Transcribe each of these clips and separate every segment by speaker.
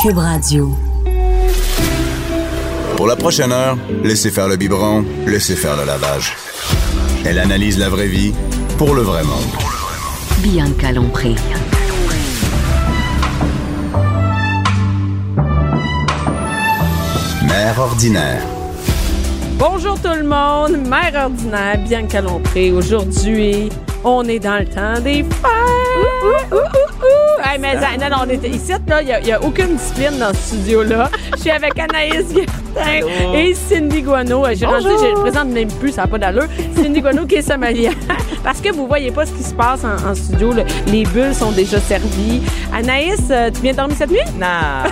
Speaker 1: Cube Radio.
Speaker 2: Pour la prochaine heure, laissez faire le biberon, laissez faire le lavage. Elle analyse la vraie vie pour le vrai monde.
Speaker 1: Bianca Lompré.
Speaker 2: Mère ordinaire.
Speaker 3: Bonjour tout le monde, mère ordinaire, bien calompré. Aujourd'hui, on est dans le temps des fêtes. Ouh, ouh, ouh, ouh. Hey, mais non, non, on est ici, là, il n'y a, aucune discipline dans ce studio-là. Je suis avec Anaïs Gertin et Cindy Guano. J'ai rendu, je ne présente même plus, ça n'a pas d'allure. Cindy Guano qui est sommelière. Parce que vous voyez pas ce qui se passe en, en studio, là. les bulles sont déjà servies. Anaïs, euh, tu viens dormir cette nuit?
Speaker 4: Non.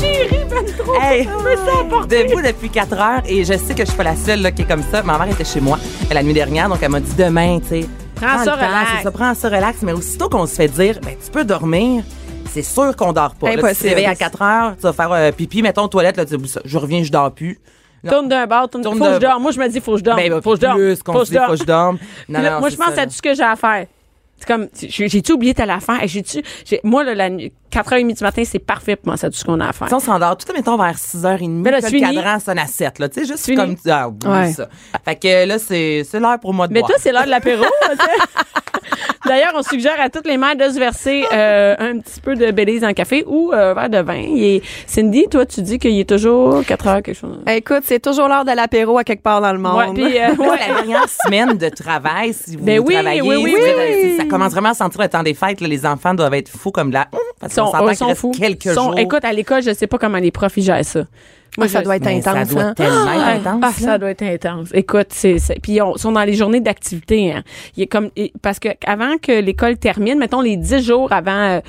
Speaker 3: J'ai ri, ben trop.
Speaker 4: Hey,
Speaker 3: me sens apportée.
Speaker 4: debout depuis 4 heures et je sais que je suis pas la seule là, qui est comme ça. Ma mère était chez moi euh, la nuit dernière, donc elle m'a dit demain, tu sais.
Speaker 3: Prends ça
Speaker 4: le temps,
Speaker 3: relax.
Speaker 4: c'est Ça, prends ça relax. Mais aussitôt qu'on se fait dire, ben, tu peux dormir, c'est sûr qu'on dort pas. Là, tu
Speaker 5: Impossible.
Speaker 4: te réveilles à 4 heures, tu vas faire euh, pipi, mettons toilette, là, tu dis, Ça, je reviens, je dors plus. Non.
Speaker 3: Tourne d'un bord, tourne,
Speaker 4: Tourne
Speaker 3: faut que
Speaker 4: d'un
Speaker 3: je dorme.
Speaker 4: bord.
Speaker 3: Moi, je me dis, faut que je dorme.
Speaker 4: Ben, ben,
Speaker 3: faut que je dorme.
Speaker 4: plus qu'on
Speaker 3: faut que
Speaker 4: se
Speaker 3: je
Speaker 4: dit,
Speaker 3: dorme.
Speaker 4: faut que je dorme. Non,
Speaker 3: Puis là,
Speaker 4: non,
Speaker 3: moi,
Speaker 4: c'est
Speaker 3: je pense
Speaker 4: ça,
Speaker 3: à tout ce que j'ai à faire. C'est comme, tu- j'ai- j'ai-tu oublié telle affaire? Hey, J'ai-tu, j'ai- moi, là, la nuit, 4h30 du matin, c'est parfait pour penser à tout ce qu'on a à faire.
Speaker 4: Tu sais, on s'endort tout, mettons, vers 6h30.
Speaker 3: Mais là,
Speaker 4: le
Speaker 3: tu finis.
Speaker 4: cadran sonne à 7, là. Tu sais, juste
Speaker 3: Tu
Speaker 4: comme.
Speaker 3: finis.
Speaker 4: Ah, oublie
Speaker 3: Ouais.
Speaker 4: ça. Fait que là, c'est c'est l'heure pour moi de
Speaker 3: Mais
Speaker 4: boire.
Speaker 3: toi, c'est l'heure de l'apéro. là, tu sais. D'ailleurs, on suggère à toutes les mères de se verser euh, un petit peu de Belize en café ou euh, un verre de vin. Et Cindy, toi, tu dis qu'il est toujours 4 heures quelque chose.
Speaker 5: Ben, Écoute, c'est toujours l'heure de l'apéro à quelque part dans le monde.
Speaker 3: Ouais, puis, euh,
Speaker 4: Moi,
Speaker 3: ouais.
Speaker 4: la dernière semaine de travail, si vous
Speaker 3: Ben oui,
Speaker 4: travaillez,
Speaker 3: oui, oui,
Speaker 4: si vous
Speaker 3: oui.
Speaker 4: êtes- ça commence vraiment à sentir le temps des fêtes. là. les enfants doivent être fous comme de la. hum, Parce qu'on
Speaker 3: sont,
Speaker 4: s'entend
Speaker 3: euh,
Speaker 4: qu'il
Speaker 3: sont
Speaker 4: reste
Speaker 3: fous.
Speaker 4: quelques
Speaker 3: Sont-
Speaker 4: jours.
Speaker 3: Écoute, à l'école, je sais pas comment les profs ils gèrent ça.
Speaker 5: Moi, ça
Speaker 3: je-
Speaker 5: doit être
Speaker 4: Mais ça
Speaker 5: intense.
Speaker 4: doit
Speaker 5: hein.
Speaker 4: tellement être
Speaker 3: Ah,
Speaker 4: intense.
Speaker 3: ah, ça
Speaker 4: là.
Speaker 3: doit être intense. Écoute, c'est, c'est- puis on sont dans les journées d'activité. Hein. Il est comme il- parce que avant que l'école termine, mettons les 10 jours avant, euh,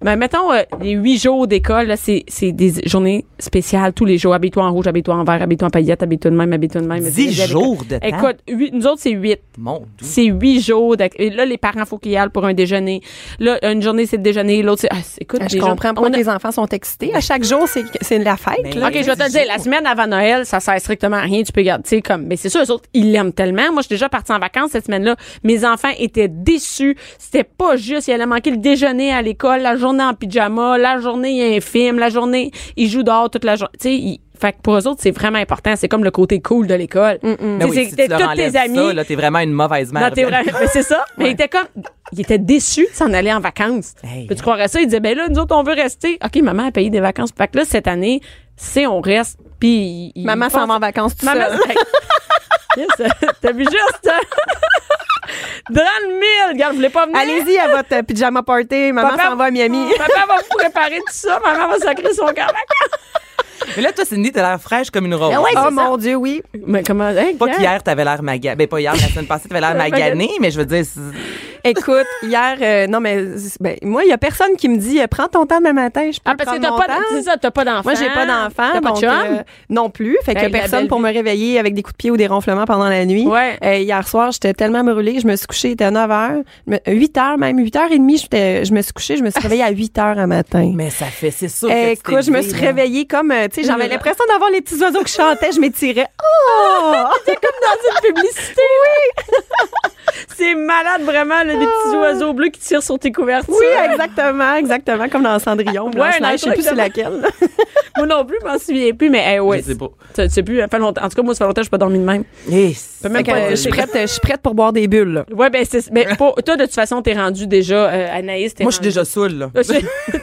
Speaker 3: ben, mettons euh, les 8 jours d'école, là, c'est, c'est des journées spéciales tous les jours. Habille-toi en rouge, habille-toi en vert, habille-toi en paillettes, habille-toi de même, habille-toi de même.
Speaker 4: Dix jours de temps.
Speaker 3: Écoute, huit- nous autres c'est 8.
Speaker 4: Mon Dieu.
Speaker 3: C'est huit jours. d'ac- Et là, les parents, faut qu'ils y aillent pour un déjeuner. Là, une journée, c'est le déjeuner. L'autre, c'est. Ah, c'est- écoute,
Speaker 5: Je
Speaker 3: les gens-
Speaker 5: comprends
Speaker 3: on
Speaker 5: pourquoi
Speaker 3: a- Ben
Speaker 5: les enfants sont excités. À chaque jour, c'est c'est de la fête.
Speaker 4: Mais-
Speaker 5: là.
Speaker 3: OK, je vais te le dire, la semaine avant Noël, ça sert strictement à rien. Tu peux garder, tu sais, comme, mais c'est sûr, eux autres, ils l'aiment tellement. Moi, je suis déjà partie en vacances cette semaine-là. Mes enfants étaient déçus. C'était pas juste. Ils allaient manquer le déjeuner à l'école, la journée en pyjama, la journée, il y a un film, la journée, ils jouent dehors toute la journée. Tu sais, ils- fait que pour eux autres, c'est vraiment important. C'est comme le côté cool de l'école.
Speaker 4: Ben
Speaker 3: Tu
Speaker 4: oui,
Speaker 3: sais,
Speaker 4: si
Speaker 3: c'est
Speaker 4: tu leur
Speaker 3: tous
Speaker 4: enlèves
Speaker 3: tes
Speaker 4: ça,
Speaker 3: amis.
Speaker 4: là, t'es vraiment une mauvaise mère.
Speaker 3: Non, t'es vrai. Mais c'est ça. Mais il était comme. Il était déçu de s'en aller en vacances.
Speaker 4: Hey.
Speaker 3: Peux-tu croire à ça? Il disait, ben là, nous autres, on veut rester. OK, maman a payé des vacances. Fait que là, cette année, c'est on reste. Puis. il-
Speaker 5: Maman
Speaker 3: il
Speaker 5: s'en
Speaker 3: pense-
Speaker 5: va en vacances tout
Speaker 3: Maman,
Speaker 5: seul.
Speaker 3: Hey. Yes, euh, T'as vu juste? hein? Dans le mille. Regarde, vous voulez pas venir?
Speaker 5: Allez-y à votre euh, pyjama party. Maman
Speaker 3: Papa- Ah.
Speaker 5: s'en va à Miami.
Speaker 3: Papa va vous préparer tout ça. Maman va sacrer son camp.
Speaker 4: Mais là, toi, Cindy, t'as l'air fraîche comme une
Speaker 3: Ah
Speaker 4: rose.
Speaker 5: oh mon Dieu, oui.
Speaker 3: Mais comment? hein, Hey,
Speaker 4: Pas
Speaker 3: Pierre.
Speaker 4: qu'hier, t'avais l'air maganée. Ben, pas hier, la semaine passée, t'avais l'air maganée, mais je veux dire, c'est-
Speaker 5: Écoute, hier, euh, non mais c'est- ben, moi, il y a personne qui me dit euh, prends ton temps demain matin. Je peux
Speaker 3: Ah, parce que
Speaker 5: prendre
Speaker 3: t'as
Speaker 5: mon
Speaker 3: pas,
Speaker 5: temps.
Speaker 3: c'est ça, t'as pas d'enfant.
Speaker 5: Moi, j'ai pas d'enfant,
Speaker 3: T'as pas de
Speaker 5: donc
Speaker 3: chum? Ben,
Speaker 5: euh, non plus. Fait
Speaker 3: Hey,
Speaker 5: que
Speaker 3: la belle
Speaker 5: personne pour me réveiller avec des coups de pied ou des ronflements pendant la nuit.
Speaker 3: Ouais.
Speaker 5: Euh, hier soir, j'étais tellement brûlée, je me suis couchée, il était 9h, 8h même, 8h30, j'étais, je me suis couchée, je me suis réveillée à 8h un matin. Euh,
Speaker 4: mais ça fait, c'est sûr. que tu t'es
Speaker 5: Écoute, je me
Speaker 4: levée,
Speaker 5: suis
Speaker 4: là.
Speaker 5: réveillée comme, euh, tu sais, j'avais l'impression d'avoir les petits oiseaux qui chantaient, je m'étirais. Oh!
Speaker 3: dans une publicité. Oui. c'est malade vraiment là, des petits oiseaux bleus qui tirent sur tes couvertures.
Speaker 5: Oui, exactement, exactement, comme dans Cendrillon. Blanche-Neige,
Speaker 3: non,
Speaker 5: je sais plus c'est
Speaker 3: exactement.
Speaker 5: laquelle.
Speaker 3: moi non plus, je m'en souviens plus, mais hey, ouais.
Speaker 4: Je sais pas.
Speaker 3: Tu tu sais plus, ça fait longtemps. En tout cas, moi, ça fait longtemps que je pas dormi de même.
Speaker 4: Eh,
Speaker 3: peux même
Speaker 5: Fait que,
Speaker 3: pas
Speaker 5: euh,
Speaker 3: te
Speaker 5: je suis
Speaker 3: coucher.
Speaker 5: prête, je suis prête pour boire des bulles. là.
Speaker 3: Ouais, ben c'est ben, pour- toi de toute façon, t'es rendu déjà euh, Anaïs, t'es
Speaker 4: Moi, je suis
Speaker 3: rendu-
Speaker 4: déjà saoule, là.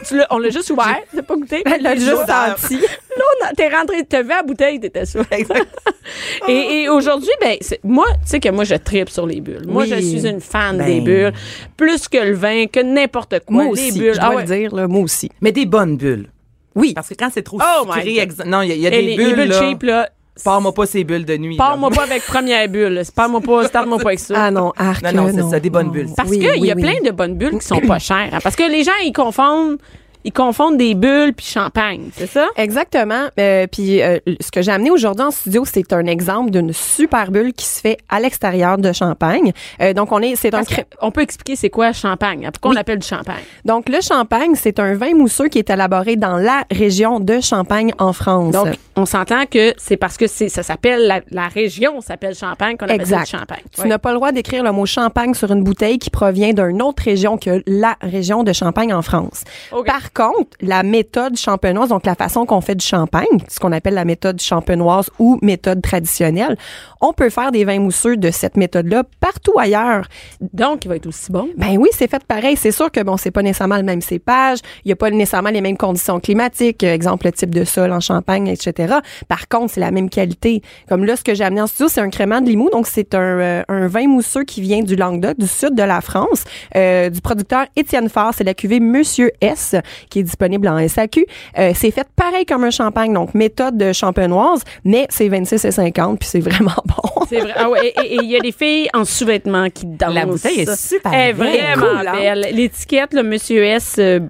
Speaker 3: Tu l'as- on l'a juste ouvert, t'as pas goûté.
Speaker 5: Elle l'a juste senti.
Speaker 3: Là, on a- t'es rentré, t'as vu la bouteille, t'étais sûr.
Speaker 4: Exact.
Speaker 3: Et, et aujourd'hui, ben, c'est- moi, tu sais que moi, je tripe sur les bulles. Moi,
Speaker 4: Oui.
Speaker 3: je suis une fan
Speaker 4: Ben.
Speaker 3: des bulles, plus que le vin, que n'importe quoi.
Speaker 5: Moi aussi,
Speaker 3: les bulles.
Speaker 5: je
Speaker 3: Ah
Speaker 5: dois
Speaker 3: ouais.
Speaker 5: le dire, là, moi aussi.
Speaker 4: Mais des bonnes bulles.
Speaker 5: Oui.
Speaker 4: Parce que quand c'est trop
Speaker 3: Oh my
Speaker 4: sucré,
Speaker 3: God.
Speaker 4: exa- non, il y, a- il y a
Speaker 3: Et
Speaker 4: des
Speaker 3: les, les
Speaker 4: bulles, là.
Speaker 3: cheap, là,
Speaker 4: Pars-moi pas ces bulles de nuit. là.
Speaker 3: Parle-moi pas avec première bulle. Parle-moi pas, starte-moi pas avec ça.
Speaker 5: Ah non, arc.
Speaker 4: Non, non, c'est ça, des bonnes
Speaker 5: non.
Speaker 4: bulles.
Speaker 3: Parce
Speaker 5: Oui,
Speaker 3: qu'il y a
Speaker 5: oui, oui.
Speaker 3: plein de bonnes bulles qui sont pas chères. hein. Parce que les gens, ils confondent, ils confondent des bulles puis champagne, c'est ça?
Speaker 5: Exactement. Euh, puis euh, ce que j'ai amené aujourd'hui en studio, c'est un exemple d'une super bulle qui se fait à l'extérieur de Champagne. Euh, donc on est, c'est un
Speaker 3: Parce
Speaker 5: cré-
Speaker 3: que on peut expliquer c'est quoi champagne. hein. Pourquoi on
Speaker 5: Oui.
Speaker 3: appelle du champagne?
Speaker 5: donc le Champagne, c'est un vin mousseux qui est élaboré dans la région de Champagne en France.
Speaker 3: Donc, on s'entend que c'est parce que c'est, ça s'appelle, la, la région s'appelle champagne qu'on appelle ça
Speaker 5: exact.
Speaker 3: du champagne.
Speaker 5: Tu
Speaker 3: Ouais.
Speaker 5: n'as pas le droit d'écrire le mot champagne sur une bouteille qui provient d'une autre région que la région de Champagne en France.
Speaker 3: OK.
Speaker 5: Par contre, la méthode champenoise, donc la façon qu'on fait du champagne, ce qu'on appelle la méthode champenoise ou méthode traditionnelle, on peut faire des vins mousseux de cette méthode-là partout ailleurs.
Speaker 3: Donc, il va être aussi bon.
Speaker 5: Ben oui, c'est fait pareil. C'est sûr que bon, c'est pas nécessairement le même cépage. Il n'y a pas nécessairement les mêmes conditions climatiques. euh, Exemple, le type de sol en Champagne, etc. Par contre, c'est la même qualité. Comme là, ce que j'ai amené en studio, c'est un crément de Limoux. Donc, c'est un, euh, un vin mousseux qui vient du Languedoc, du sud de la France, euh, du producteur Étienne Farr. C'est la cuvée Monsieur S qui est disponible en SAQ. Euh, c'est fait pareil comme un champagne. Donc, méthode de champenoise, mais c'est 26 et 50, puis c'est vraiment bon.
Speaker 3: C'est vrai. Ah ouais, et- et et il y a des filles en sous-vêtements qui dansent.
Speaker 4: La bouteille est super
Speaker 3: Elle est
Speaker 4: belle.
Speaker 3: vraiment
Speaker 4: Cool, hein?
Speaker 3: belle. L'étiquette, le monsieur S, euh,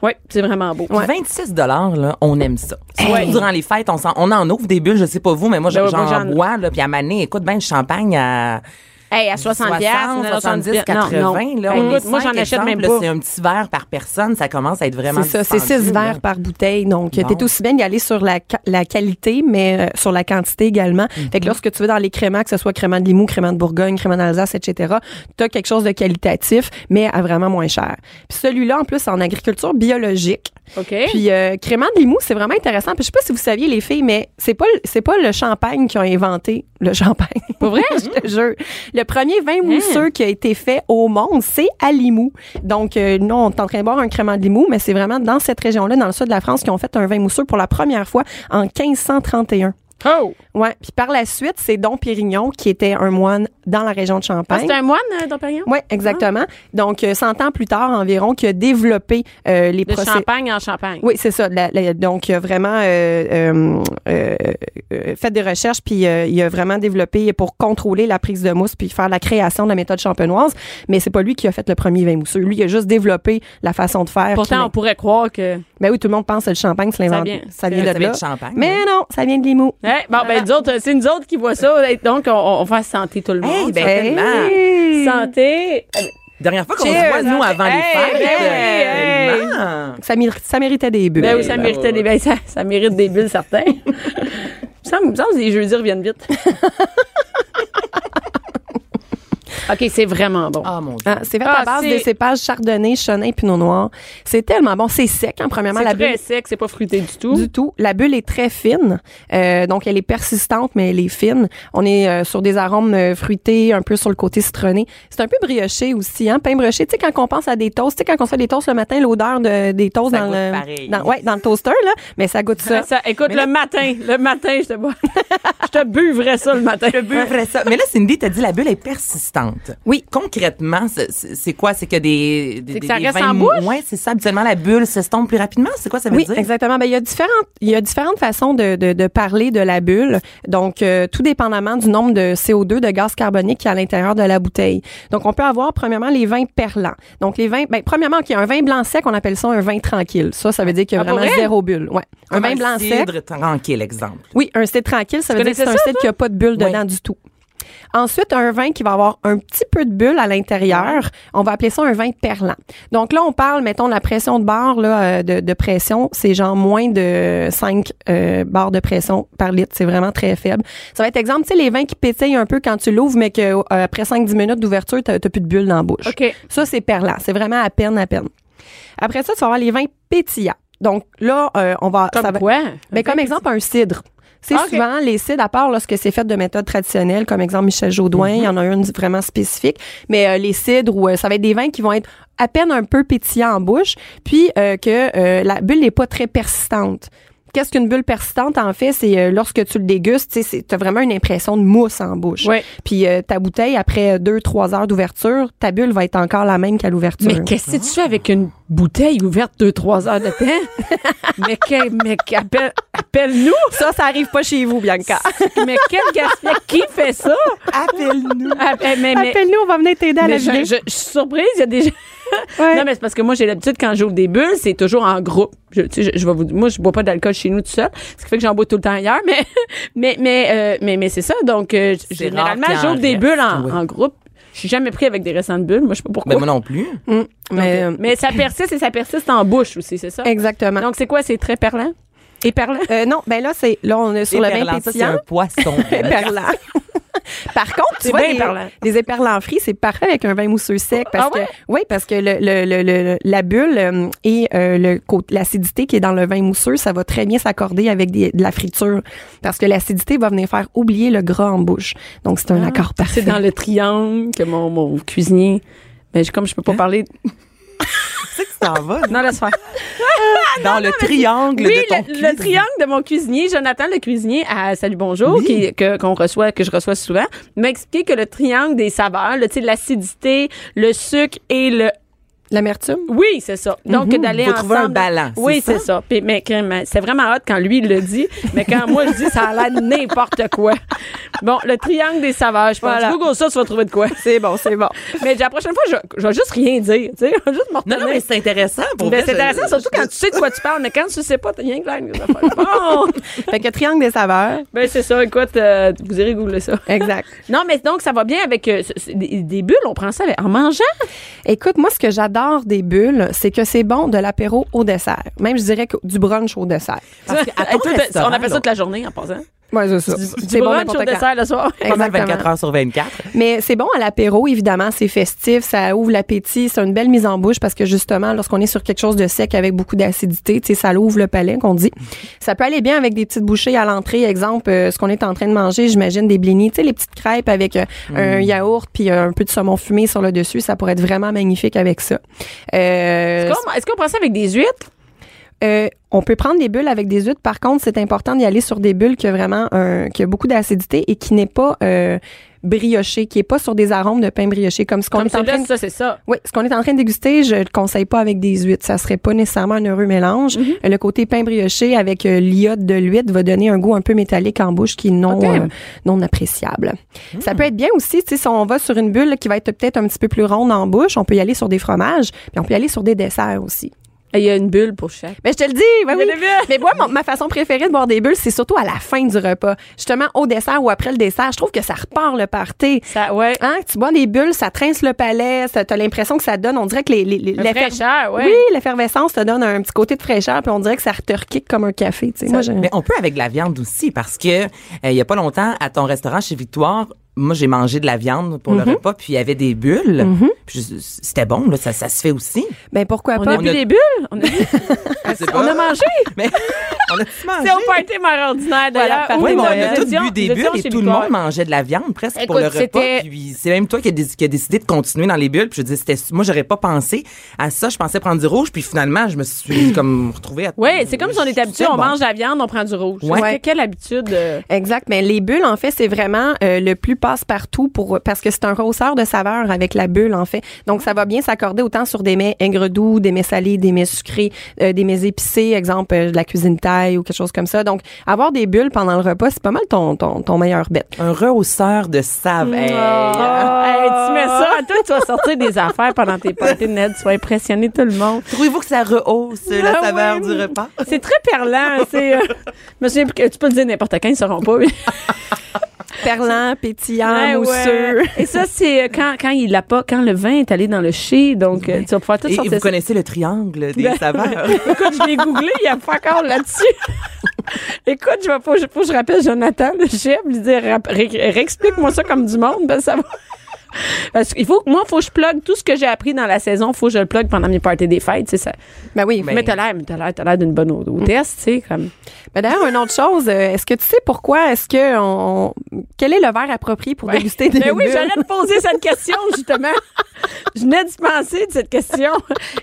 Speaker 3: ouais, c'est vraiment beau.
Speaker 4: Puis 26 dollars là, on aime ça. Surtout
Speaker 3: Ouais.
Speaker 4: Durant les fêtes, on, s'en- on en ouvre des bulles, je sais pas vous, mais moi
Speaker 3: Ben
Speaker 4: j'en
Speaker 3: ouais, moi, j'en-
Speaker 4: bois là, puis à Mané, écoute ben le champagne à
Speaker 3: Hey, à 60 piastres,
Speaker 4: 70, 80
Speaker 3: non, non.
Speaker 4: là,
Speaker 3: Hey,
Speaker 4: on
Speaker 3: Ben, écoute,
Speaker 4: est
Speaker 3: moi
Speaker 4: cinq,
Speaker 3: j'en achète
Speaker 4: exemple,
Speaker 3: même
Speaker 4: là,
Speaker 3: pas.
Speaker 4: C'est un petit verre par personne, ça commence à être vraiment
Speaker 5: C'est ça, c'est
Speaker 4: dispendieux,
Speaker 5: six
Speaker 4: là.
Speaker 5: verres par bouteille. Donc, euh,
Speaker 4: Bon.
Speaker 5: t'es aussi bien d'y aller sur la, ca- la qualité, mais euh, sur la quantité également.
Speaker 4: Mm-hmm.
Speaker 5: Fait que lorsque tu veux dans les créments, que ce soit crément de Limoux, crément de Bourgogne, crément d'Alsace, etc., t'as quelque chose de qualitatif, mais à vraiment moins cher. Puis celui-là, en plus, en agriculture biologique.
Speaker 3: OK.
Speaker 5: Puis euh, crément de Limoux, c'est vraiment intéressant. Puis je sais pas si vous saviez, les filles, mais c'est pas, le- c'est pas le champagne qui a inventé le champagne. Pour vrai? je te jure. Le premier
Speaker 3: Hein?
Speaker 5: vin mousseux qui a été fait au monde, c'est à Limoux. Donc, euh, nous, on est en train de boire un crément de Limoux, mais c'est vraiment dans cette région-là, dans le sud de la France, qu'ils ont fait un vin mousseux pour la première fois en 1531.
Speaker 3: Oh!
Speaker 5: Ouais. Puis par la suite, c'est Don Pérignon qui était un moine dans la région de
Speaker 3: Ah,
Speaker 5: Champagne.
Speaker 3: c'est un moine, Ah. euh, Dom Pérignon?
Speaker 5: Oui, exactement. Donc, euh, 100 ans plus tard environ, qui a développé euh, les
Speaker 3: De
Speaker 5: procédés.
Speaker 3: champagne en champagne.
Speaker 5: Oui, c'est ça. La- la- donc, il a vraiment euh, euh, euh, euh, fait des recherches, puis euh, il a vraiment développé pour contrôler la prise de mousse, puis faire la création de la méthode champenoise. Mais c'est pas lui qui a fait le premier vin mousseux. Lui, il a juste développé la façon de faire.
Speaker 3: Pourtant, on
Speaker 5: qui-
Speaker 3: pourrait croire que. hein?
Speaker 5: ben oui, tout le monde pense que le champagne, c'est l'invent.
Speaker 3: vient-
Speaker 5: Ça
Speaker 4: Ça
Speaker 5: vient de
Speaker 4: vient
Speaker 5: là.
Speaker 4: de champagne.
Speaker 5: Mais non, ça vient de Limoux.
Speaker 3: Eh, bon, ben, nous autres, c'est nous autres qui voient ça. Donc, on, on va santé tout le
Speaker 4: Hey,
Speaker 3: monde.
Speaker 4: ben,
Speaker 5: Hey!
Speaker 4: tellement.
Speaker 3: Santé.
Speaker 4: Dernière fois qu'on se
Speaker 3: Cheers.
Speaker 4: voit nous avant
Speaker 3: Hey,
Speaker 4: les fêtes. euh,
Speaker 3: ben oui, hey.
Speaker 4: tellement.
Speaker 5: Ça, mérite- ça méritait des bulles.
Speaker 3: Ben oui, ça
Speaker 4: ben
Speaker 3: méritait
Speaker 4: ouais,
Speaker 3: des ben, ça, ça mérite des bulles, certains. ça me semble que les jeudis reviennent vite. OK, c'est vraiment bon.
Speaker 4: Ah mon dieu.
Speaker 5: Ah, c'est fait
Speaker 3: Ah,
Speaker 5: à base
Speaker 3: c'est-
Speaker 5: des cépages chardonnay, chenin, pinot noir. C'est tellement bon. C'est sec, hein, premièrement.
Speaker 3: c'est
Speaker 5: la
Speaker 3: très
Speaker 5: bulle
Speaker 3: sec, c'est pas fruité du tout.
Speaker 5: Du tout. La bulle est très fine. Euh, donc, elle est persistante, mais elle est fine. On est euh, sur des arômes euh, fruités, un peu sur le côté citronné. C'est un peu brioché aussi, hein? Pain brioché. Tu sais, quand on pense à des toasts, tu sais, quand on fait des toasts le matin, l'odeur de, des toasts
Speaker 4: Ça
Speaker 5: dans
Speaker 4: goûte
Speaker 5: le.
Speaker 4: pareil.
Speaker 5: Dans, ouais, dans le toaster, là. Mais ça goûte ça.
Speaker 3: Ça, Ben, ça- écoute, le matin, le matin, je te bois. je te buverais ça le matin.
Speaker 4: Je buverais ça. Mais là, Cindy, t'as dit la bulle est persistante.
Speaker 5: Oui.
Speaker 4: Concrètement, c'est- c'est c'est quoi? C'est que des. des
Speaker 3: C'est que ça
Speaker 4: des
Speaker 3: reste
Speaker 4: vins
Speaker 3: en
Speaker 4: mous-
Speaker 3: bouche?
Speaker 4: Ouais, c'est ça. Habituellement, la bulle s'estompe plus rapidement. C'est quoi ça veut
Speaker 5: oui,
Speaker 4: dire?
Speaker 5: exactement. Ben, il y a différentes, il y a différentes façons de, de, de parler de la bulle. Donc, euh, tout dépendamment du nombre de CO2 de gaz carbonique qui est à l'intérieur de la bouteille. Donc, on peut avoir premièrement les vins perlants. Donc, les vins, ben, premièrement, ok, un vin blanc sec, on appelle ça un vin tranquille. Ça, ça veut dire qu'il y a
Speaker 3: Ah, pour
Speaker 5: vraiment
Speaker 3: vrai?
Speaker 5: zéro bulle. Ouais. Un
Speaker 4: Comme
Speaker 5: vin blanc sec.
Speaker 4: cidre tranquille, exemple.
Speaker 5: Oui, un cidre tranquille, ça veut dire que c'est
Speaker 3: connaissais
Speaker 5: un
Speaker 3: ça,
Speaker 5: cidre qui a pas de bulle
Speaker 4: Oui.
Speaker 5: dedans du tout. Ensuite, un vin qui va avoir un petit peu de bulle à l'intérieur, on va appeler ça un vin perlant. Donc là, on parle, mettons, de la pression de barre, là, euh, de, de pression, c'est genre moins de 5 euh, barres de pression par litre. C'est vraiment très faible. Ça va être exemple, tu sais, les vins qui pétillent un peu quand tu l'ouvres, mais que euh, après 5-10 minutes d'ouverture, t'as t'as plus de bulle dans la bouche.
Speaker 3: OK.
Speaker 5: Ça, c'est perlant. C'est vraiment à peine, à peine. Après ça, tu vas avoir les vins pétillants. Donc là, euh, on va... ça
Speaker 3: Ben, Comme
Speaker 5: va-
Speaker 3: quoi?
Speaker 5: mais Ben, comme exemple, un cidre. C'est
Speaker 3: Ah, ok.
Speaker 5: souvent les cidres, à part lorsque c'est fait de méthodes traditionnelles, comme exemple Michel
Speaker 3: Mhm.
Speaker 5: Jaudoin, il y en a une vraiment spécifique, mais euh, les cidres, où, euh, ça va être des vins qui vont être à peine un peu pétillants en bouche, puis euh, que euh, la bulle n'est pas très persistante. Qu'est-ce qu'une bulle persistante, en fait, c'est euh, lorsque tu le dégustes, tu as vraiment une impression de mousse en bouche.
Speaker 3: Ouais.
Speaker 5: Puis euh, ta bouteille, après 2-3 heures d'ouverture, ta bulle va être encore la même qu'à l'ouverture.
Speaker 3: Mais qu'est-ce que tu fais avec une bouteille ouverte 2-3 heures de temps? mais que- mais qu'appelle- appelle-nous!
Speaker 5: Ça, ça arrive pas chez vous, Bianca.
Speaker 3: mais quel gaspillage! Qui fait ça?
Speaker 4: Appelle-nous.
Speaker 3: Ah, eh, mais- mais-
Speaker 5: Appelle-nous, on va venir t'aider à
Speaker 3: mais
Speaker 5: la
Speaker 3: je,
Speaker 5: vider.
Speaker 3: je- je suis surprise, il y a des gens-
Speaker 5: Ouais.
Speaker 3: Non, mais c'est parce que moi, j'ai l'habitude, quand j'ouvre des bulles, c'est toujours en groupe. Je, tu sais, je, je vais vous, moi, je bois pas d'alcool chez nous tout seul, ce qui fait que j'en bois tout le temps ailleurs, mais, mais, mais, euh, mais, mais c'est ça. Donc, euh, généralement,
Speaker 4: rare qu'il en
Speaker 3: j'ouvre des
Speaker 4: reste,
Speaker 3: bulles en,
Speaker 4: oui.
Speaker 3: en groupe. Je suis jamais pris avec des récentes bulles. Moi, je sais pas pourquoi.
Speaker 4: Ben, moi non plus.
Speaker 5: Mm, mais,
Speaker 3: Donc, euh, mais ça persiste et ça persiste en bouche aussi, c'est ça?
Speaker 5: exactement.
Speaker 3: Donc, c'est quoi? C'est très perlant? Et perlant?
Speaker 5: Euh, non, ben là, c'est là, on est sur le vin
Speaker 4: Éperlant, ça, c'est
Speaker 5: pétillant.
Speaker 4: un poisson.
Speaker 3: Ben,
Speaker 5: Éperlant. Par contre, tu
Speaker 3: C'est
Speaker 5: vois,
Speaker 3: bien
Speaker 5: des,
Speaker 3: parlant.
Speaker 5: des éperlants frits, c'est parfait avec un vin mousseux sec. Parce
Speaker 3: Ah ouais?
Speaker 5: que, oui, parce que le, le- le- le- la bulle euh, et euh, le cô- l'acidité qui est dans le vin mousseux, ça va très bien s'accorder avec des- de la friture. Parce que l'acidité va venir faire oublier le gras en bouche. Donc, c'est un accord parfait.
Speaker 3: Ah, C'est dans le triangle que mon, mon cuisinier. Mais je- comme je peux pas parler.
Speaker 4: Tu sais que tu t'en vas
Speaker 3: Non, laisse faire.
Speaker 4: dans le triangle
Speaker 3: Oui,
Speaker 4: de ton
Speaker 3: le, le triangle de mon cuisinier, Jonathan le cuisinier à Salut Bonjour, qui, que, qu'on reçoit, que je reçois souvent, m'a expliqué que le triangle des saveurs, le, tu sais, l'acidité, le sucre et le
Speaker 5: L'amertume?
Speaker 3: Oui, c'est ça. Donc, d'aller
Speaker 4: Faut
Speaker 3: ensemble.
Speaker 4: trouver Mhm. un balance, c'est
Speaker 3: Oui,
Speaker 4: ça?
Speaker 3: c'est ça. Puis, mais que- mais c'est vraiment hot quand lui, il le dit. Mais quand moi, je dis, ça a l'air de n'importe quoi. Bon, le triangle des saveurs. Je pense,
Speaker 5: Voilà.
Speaker 3: Google ça, tu vas trouver de quoi.
Speaker 5: C'est bon, c'est bon.
Speaker 3: Mais la prochaine fois, je, je vais juste rien dire. Tu sais, je vais juste me
Speaker 4: Non, non,
Speaker 3: retenir.
Speaker 4: mais c'est intéressant pour
Speaker 3: Ben,
Speaker 4: vrai,
Speaker 3: c'est
Speaker 4: je-
Speaker 3: intéressant, surtout quand tu sais de quoi tu parles, mais quand tu sais pas, t'as rien que l'air. des affaires. Bon!
Speaker 5: fait que triangle des saveurs.
Speaker 3: Ben, c'est ça, écoute, euh, vous irez googler ça.
Speaker 5: Exact.
Speaker 3: Non, mais donc, ça va bien avec euh, ce- ce- des, des bulles, on prend ça avec- en mangeant.
Speaker 5: Écoute, moi, ce que j'adore des bulles, c'est que c'est bon de l'apéro au dessert. Même, je dirais que du brunch au dessert.
Speaker 4: Parce que à ton
Speaker 3: Hey, toi, t'as-
Speaker 4: restaurant,
Speaker 3: on appelle ça
Speaker 4: là,
Speaker 3: toute la journée en passant.
Speaker 5: Ouais, c'est ça.
Speaker 3: Du brunch au dessert le soir.
Speaker 4: pas mal
Speaker 5: Exactement.
Speaker 4: 24 heures sur 24.
Speaker 5: Mais c'est bon à l'apéro, évidemment, c'est festif, ça ouvre l'appétit, c'est une belle mise en bouche parce que justement, lorsqu'on est sur quelque chose de sec avec beaucoup d'acidité, tu sais, ça l'ouvre le palais qu'on dit. Ça peut aller bien avec des petites bouchées à l'entrée, exemple, euh, ce qu'on est en train de manger, j'imagine des blinis, tu sais, les petites crêpes avec euh,
Speaker 3: Mm.
Speaker 5: un yaourt puis euh, un peu de saumon fumé sur le dessus, ça pourrait être vraiment magnifique avec ça. Euh,
Speaker 3: Comment- Est-ce qu'on prend ça avec des huîtres?
Speaker 5: euh, on peut prendre des bulles avec des huîtres. Par contre, c'est important d'y aller sur des bulles qui a vraiment un, qui a beaucoup d'acidité et qui n'est pas euh, brioché, qui est pas sur des arômes de pain brioché comme ce qu'on
Speaker 3: Comme
Speaker 5: est en
Speaker 3: celui-là,
Speaker 5: train de
Speaker 3: ça, c'est ça.
Speaker 5: oui, ce qu'on est en train de déguster, je le conseille pas avec des huîtres. Ça serait pas nécessairement un heureux mélange.
Speaker 3: Mhm.
Speaker 5: Euh, Le côté pain brioché avec euh, l'iode de l'huître va donner un goût un peu métallique en bouche qui est non,
Speaker 3: Ok. Hmm.
Speaker 5: euh, non appréciable. Ça peut être bien aussi, tu sais, si on va sur une bulle qui va être peut-être un petit peu plus ronde en bouche, on peut y aller sur des fromages, puis on peut y aller sur des desserts aussi.
Speaker 3: Et Il y a une bulle pour chaque.
Speaker 5: Mais je te le dis, ben
Speaker 3: Il y
Speaker 5: oui.
Speaker 3: en a bien.
Speaker 5: Mais moi, mon- ma façon préférée de boire des bulles, c'est surtout à la fin du repas. Justement, au dessert ou après le dessert, je trouve que ça repart le party.
Speaker 3: Ça, ouais.
Speaker 5: Hein, tu bois des bulles, ça trince le palais, ça- t'as l'impression que ça donne, on dirait que les, les, les-
Speaker 3: La
Speaker 5: l'effer-
Speaker 3: fraîcheur, ouais.
Speaker 5: Oui, l'effervescence te donne un petit côté de fraîcheur, puis on dirait que ça te rekick comme un café. Tu sais, moi, j'ai-
Speaker 3: Mm.
Speaker 4: Mais on peut avec de la viande aussi parce que euh, il y a pas longtemps à ton restaurant chez Victoire, moi j'ai mangé de la viande pour
Speaker 3: Mm-hmm.
Speaker 4: le repas puis il y avait des bulles. Puis je- C'était bon là, ça, ça se fait aussi.
Speaker 5: ben pourquoi
Speaker 3: On
Speaker 5: pas
Speaker 3: a
Speaker 4: on
Speaker 3: bu
Speaker 4: a-
Speaker 3: des bulles? On a, bu- on a mangé?
Speaker 4: Mais on a tout mangé.
Speaker 3: C'est au party mère ordinaire, d'ailleurs.
Speaker 5: party
Speaker 3: où
Speaker 4: Oui, mais on
Speaker 3: nous
Speaker 4: a tous
Speaker 3: étions-
Speaker 4: bu des
Speaker 3: nous étions
Speaker 4: bulles et
Speaker 3: chez
Speaker 4: tout le
Speaker 3: Victoire.
Speaker 4: monde mangeait de la viande presque pour le
Speaker 3: Écoute, c'était-
Speaker 4: repas. Puis c'est même toi qui a, dé- qui a décidé de continuer dans les bulles. Puis je dis, c'était moi j'aurais pas pensé à ça. Je pensais prendre du rouge. Puis finalement je me suis comme retrouvée. à-
Speaker 3: Oui, c'est comme si on est habitué,
Speaker 4: C'était
Speaker 3: on
Speaker 4: bon.
Speaker 3: mange de la viande, on prend du rouge.
Speaker 4: Ouais.
Speaker 3: C'est- Quelle habitude. euh,
Speaker 5: Exact, mais les bulles en fait, c'est vraiment euh, le plus passe-partout pour parce que c'est un grosseur de saveur avec la bulle en fait. Donc ça va bien s'accorder autant sur des mets aigres doux, des mets salés, des mets sucrés, euh, des mets épicés, exemple euh, de la cuisine thaï ou quelque chose comme ça. Donc avoir des bulles pendant le repas, c'est pas mal ton ton, ton meilleur bête.
Speaker 4: Un rehausseur de
Speaker 3: Mm.
Speaker 4: saveur.
Speaker 3: ben, Oh.
Speaker 4: hein?
Speaker 3: euh, Hey, tu mets ça, toi, tu vas sortir des affaires pendant tes parties de net, tu vas impressionner tout le monde.
Speaker 4: Trouvez-vous que ça rehausse euh, la
Speaker 3: Ah
Speaker 4: saveur
Speaker 3: oui.
Speaker 4: du repas?
Speaker 3: C'est très perlant, c'est. euh, je me souviens plus que tu peux le dire n'importe quand, ils sauront pas. mais-
Speaker 5: Perlant, pétillant,
Speaker 3: Ah, Ouais,
Speaker 5: mousseux.
Speaker 3: ouais. Et ça, c'est euh, quand, quand il l'a pas, quand le vin est allé dans le chai, donc euh, tu vas pouvoir tout
Speaker 4: Et
Speaker 3: sortir.
Speaker 4: vous
Speaker 3: ça.
Speaker 4: connaissez le triangle des
Speaker 3: Ben-
Speaker 4: saveurs?
Speaker 3: Écoute, je l'ai googlé, il y a pas encore là-dessus. Écoute, je vais faut, faut que je rappelle Jonathan, le chef, lui dire rap- ré- réexplique-moi ça comme du monde, ben ça va. Parce qu'il faut que moi, faut que je plug tout ce que j'ai appris dans la saison, faut que je le plug pendant mes parties des fêtes, c'est ça.
Speaker 5: Ben oui,
Speaker 3: Mais t'as l'air, mais t'as l'air, t'as l'air d'une bonne hôtesse, tu sais, comme.
Speaker 5: Mais d'ailleurs, une autre chose, euh, est-ce que tu sais pourquoi est-ce que on, on- quel est le verre approprié pour déguster des
Speaker 3: Ben oui,
Speaker 5: bulles?
Speaker 3: j'allais te poser cette question, justement. je venais de penser de cette question.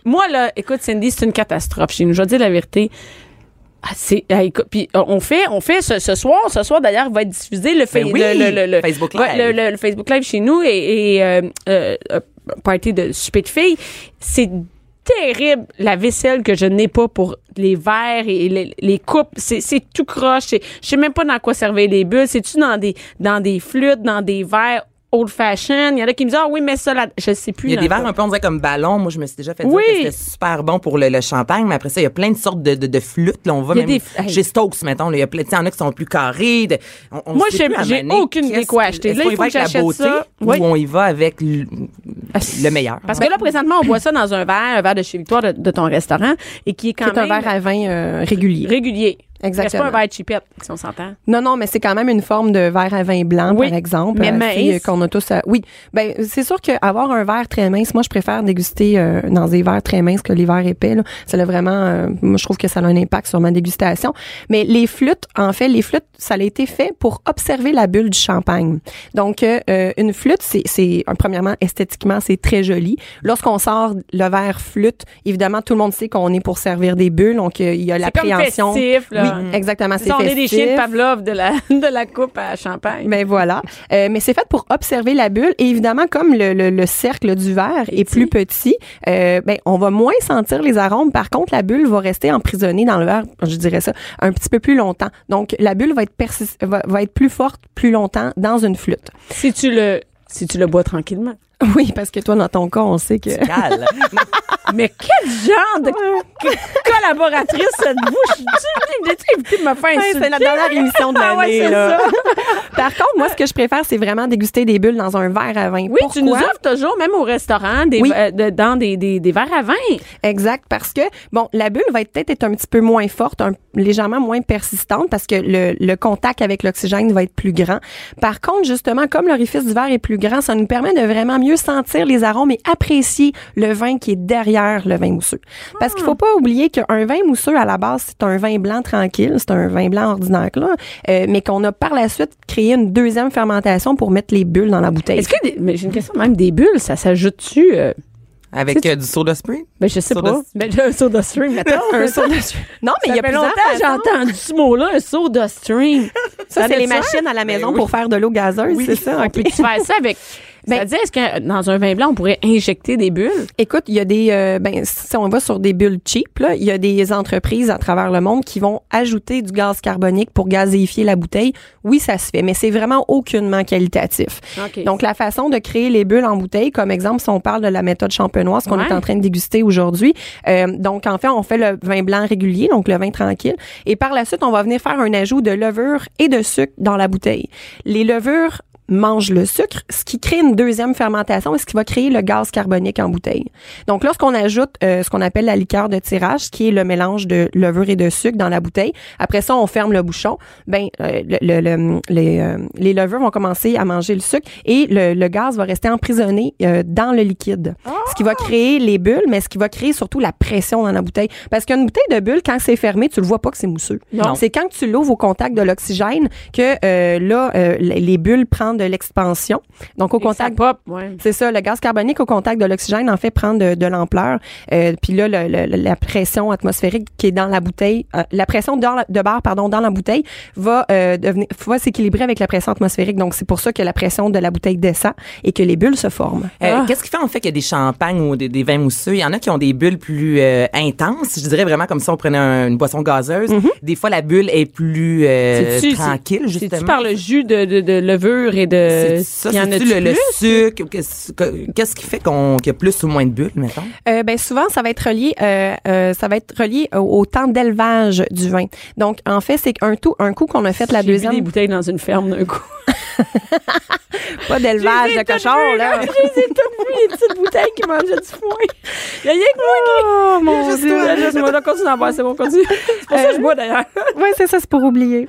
Speaker 3: Moi, là, écoute, Cindy, c'est une catastrophe chez nous. Je vais te dire la vérité. Ah, c'est, ah, écoute, puis euh, on fait, on fait ce, ce soir, ce soir d'ailleurs va être diffusé le, fa-
Speaker 4: Ben oui,
Speaker 3: le, le- le- le-
Speaker 4: Facebook
Speaker 3: ouais,
Speaker 4: Live.
Speaker 3: le- le- le Facebook Live chez nous et, et, euh, euh, euh, party de souper de filles. C'est terrible la vaisselle que je n'ai pas pour les verres et les, les coupes. C'est, c'est tout croche. C'est- Je sais même pas dans quoi servaient les bulles. C'est-tu dans des dans des flûtes, dans des verres old fashion? Il y en a qui me disent Ah oui, mais ça là, je sais plus.
Speaker 4: Il y a
Speaker 3: dans
Speaker 4: des
Speaker 3: quoi.
Speaker 4: verres un peu, on dirait comme ballon. Moi, je me suis déjà fait dire
Speaker 3: Oui.
Speaker 4: que c'était super bon pour le, le champagne, mais après ça, il y a plein de sortes de, de, de flûtes. Là, on va
Speaker 3: Il y a
Speaker 4: même
Speaker 3: des- hey.
Speaker 4: chez Stokes, mettons. là, il y a plein, tu sais, il y en a qui sont plus carrés. de- on- on
Speaker 3: Moi,
Speaker 4: sait
Speaker 3: j'ai-
Speaker 4: plus à
Speaker 3: j'ai
Speaker 4: maner
Speaker 3: aucune idée
Speaker 4: qu'est-ce
Speaker 3: quoi
Speaker 4: que-
Speaker 3: acheter.
Speaker 4: Est-ce
Speaker 3: Là,
Speaker 4: qu'on
Speaker 3: il
Speaker 4: y
Speaker 3: faut
Speaker 4: va
Speaker 3: que
Speaker 4: avec la
Speaker 3: j'achète
Speaker 4: beauté
Speaker 3: ça. Oui.
Speaker 4: ou on y va avec l-
Speaker 5: Ah,
Speaker 4: le meilleur.
Speaker 3: Parce que là, présentement, on boit ça dans un verre, un verre de chez Victoire de, de ton restaurant, et qui est quand
Speaker 5: C'est un
Speaker 3: même
Speaker 5: verre à vin euh, régulier.
Speaker 3: régulier.
Speaker 5: Exactement.
Speaker 3: C'est pas un verre chipette, si on s'entend.
Speaker 5: Non, non, mais c'est quand même une forme de verre à vin blanc,
Speaker 3: Oui,
Speaker 5: par exemple.
Speaker 3: mais
Speaker 5: euh,
Speaker 3: mince.
Speaker 5: tu sais, Qu'on a tous. à- Oui, ben c'est sûr qu'avoir un verre très mince, moi, je préfère déguster euh, dans des verres très minces que les verres épais. Là. Ça a vraiment. euh, moi, je trouve que ça a un impact sur ma dégustation. Mais les flûtes, en fait, les flûtes, ça a été fait pour observer la bulle du champagne. Donc, euh, euh, une flûte, c'est, c'est euh, premièrement esthétiquement, c'est très joli. Lorsqu'on sort le verre flûte, évidemment, tout le monde sait qu'on est pour servir des bulles. Donc, euh, il y a
Speaker 3: C'est comme
Speaker 5: l'appréhension.
Speaker 3: festif, là. Mm.
Speaker 5: Oui, exactement.
Speaker 3: C'est ça, on est des
Speaker 5: festif.
Speaker 3: chiens de Pavlov de la, de la coupe à champagne.
Speaker 5: Ben voilà. Euh, mais c'est fait pour observer la bulle. Et évidemment, comme le, le- le cercle du verre est plus petit, euh, ben, on va moins sentir les arômes. Par contre, la bulle va rester emprisonnée dans le verre, je dirais ça, un petit peu plus longtemps. Donc, la bulle va être, persis- va, va être plus forte plus longtemps dans une flûte.
Speaker 3: Si tu le, si tu le bois tranquillement.
Speaker 5: Oui, parce que toi, dans ton cas, on sait que...
Speaker 4: Cal.
Speaker 3: Mais quel genre de collaboratrice cette bouche? Tu es évité de me faire
Speaker 5: Ouais,
Speaker 3: insulter.
Speaker 5: c'est la dernière émission de
Speaker 3: Ah ouais,
Speaker 5: l'année.
Speaker 3: c'est
Speaker 5: là. Par contre, moi, ce que je préfère, c'est vraiment déguster des bulles dans un verre à vin.
Speaker 3: Oui, tu nous
Speaker 5: Pourquoi?
Speaker 3: offres toujours, même au restaurant, des,
Speaker 5: Oui.
Speaker 3: euh, de- dans des, des, des verres à vin.
Speaker 5: Exact, parce que, bon, la bulle va peut-être être un petit peu moins forte, un- légèrement moins persistante, parce que le, le contact avec l'oxygène va être plus grand. Par contre, justement, comme l'orifice du verre est plus grand, ça nous permet de vraiment mieux sentir les arômes et apprécier le vin qui est derrière le vin mousseux. Parce qu'il faut pas oublier qu'un vin mousseux, à la base, c'est un vin blanc tranquille, c'est un vin blanc ordinaire, là, euh, mais qu'on a par la suite créé une deuxième fermentation pour mettre les bulles dans la bouteille.
Speaker 3: Est-ce que, des- mais j'ai une question, même des bulles, ça s'ajoute-tu? euh,
Speaker 4: Avec euh, du soda spray.
Speaker 3: Ben, je sais
Speaker 4: Soda-
Speaker 3: pas. Ben, un soda stream, mettons.
Speaker 5: Un saut dessus. Non, mais il y a
Speaker 3: plus
Speaker 5: plusieurs
Speaker 3: longtemps que j'ai
Speaker 5: façons.
Speaker 3: entendu ce mot-là, un soda stream.
Speaker 5: Ça, c'est les
Speaker 3: machines.
Speaker 5: machines à la maison pour faire de l'eau gazeuse, c'est ça? OK.
Speaker 3: Peux-tu faire ça avec.
Speaker 5: Ben-
Speaker 3: C'est-à-dire, est-ce que dans un vin blanc, on pourrait injecter des bulles?
Speaker 5: Écoute, il y a des... euh, ben, si on va sur des bulles cheap, là, il y a des entreprises à travers le monde qui vont ajouter du gaz carbonique pour gazéifier la bouteille. Oui, ça se fait, mais c'est vraiment aucunement qualitatif.
Speaker 3: OK.
Speaker 5: Donc, la façon de créer les bulles en bouteille, comme exemple, si on parle de la méthode champenoise qu'on
Speaker 3: Ouais.
Speaker 5: est en train de déguster aujourd'hui, euh, donc, en fait, on fait le vin blanc régulier, donc le vin tranquille, et par la suite, on va venir faire un ajout de levure et de sucre dans la bouteille. Les levures mangent le sucre, ce qui crée une deuxième fermentation et ce qui va créer le gaz carbonique en bouteille. Donc, lorsqu'on ajoute euh, ce qu'on appelle la liqueur de tirage, ce qui est le mélange de levure et de sucre dans la bouteille, après ça, on ferme le bouchon, ben, euh, le- le- le- les, euh, les levures vont commencer à manger le sucre et le, le gaz va rester emprisonné euh, dans le liquide. Ce
Speaker 3: Ah!
Speaker 5: qui va créer les bulles, mais ce qui va créer surtout la pression dans la bouteille. Parce qu'une bouteille de bulle, quand c'est fermé, tu le vois pas que c'est mousseux.
Speaker 4: Non.
Speaker 5: C'est quand tu l'ouvres au contact de l'oxygène que euh, là, euh, les les bulles prennent de l'expansion. Donc, au
Speaker 3: Et que ça
Speaker 5: contact
Speaker 3: pop, ouais.
Speaker 5: c'est ça, le gaz carbonique au contact de l'oxygène en fait prendre de, de l'ampleur. Euh, puis là, le- le- la pression atmosphérique qui est dans la bouteille, euh, la pression dans la- de barre, pardon, dans la bouteille va euh, devenir, va s'équilibrer avec la pression atmosphérique. Donc c'est pour ça que la pression de la bouteille descend et que les bulles se forment.
Speaker 4: Euh,
Speaker 3: Ah.
Speaker 4: Qu'est-ce qui fait en fait qu'il y a des champagnes ou des, des vins mousseux? Il y en a qui ont des bulles plus euh, intenses. Je dirais vraiment comme si on prenait un- une boisson gazeuse.
Speaker 3: Mhm.
Speaker 4: Des fois, la bulle est plus euh,
Speaker 3: C'est-tu-
Speaker 4: tranquille, justement.
Speaker 3: C'est-tu par le jus de, de, de levure et de.
Speaker 4: C'est ça,
Speaker 3: Il y en
Speaker 4: c'est-tu
Speaker 3: a-tu
Speaker 4: le, le
Speaker 3: plus?
Speaker 4: sucre? Qu'est-ce que- qu'est-ce qui fait qu'on qu'il y a plus ou moins de bulles, mettons?
Speaker 5: Euh, ben souvent ça va être relié euh, euh, ça va être relié au, au temps d'élevage du vin. Donc en fait c'est un tout un coup qu'on a fait la
Speaker 3: J'ai vu
Speaker 5: deuxième
Speaker 3: des bouteilles dans une ferme d'un coup.
Speaker 5: pas d'élevage de cochon là.
Speaker 3: Je les ai toutes vues, les petites bouteilles qui mangeaient du foin. Il y a rien que moi qui. Oh mon
Speaker 5: Dieu.
Speaker 3: Il y a juste moi. Donc, continue d'en boire, c'est bon, continue. C'est pour ça que je bois d'ailleurs.
Speaker 5: Oui, c'est ça, c'est pour oublier.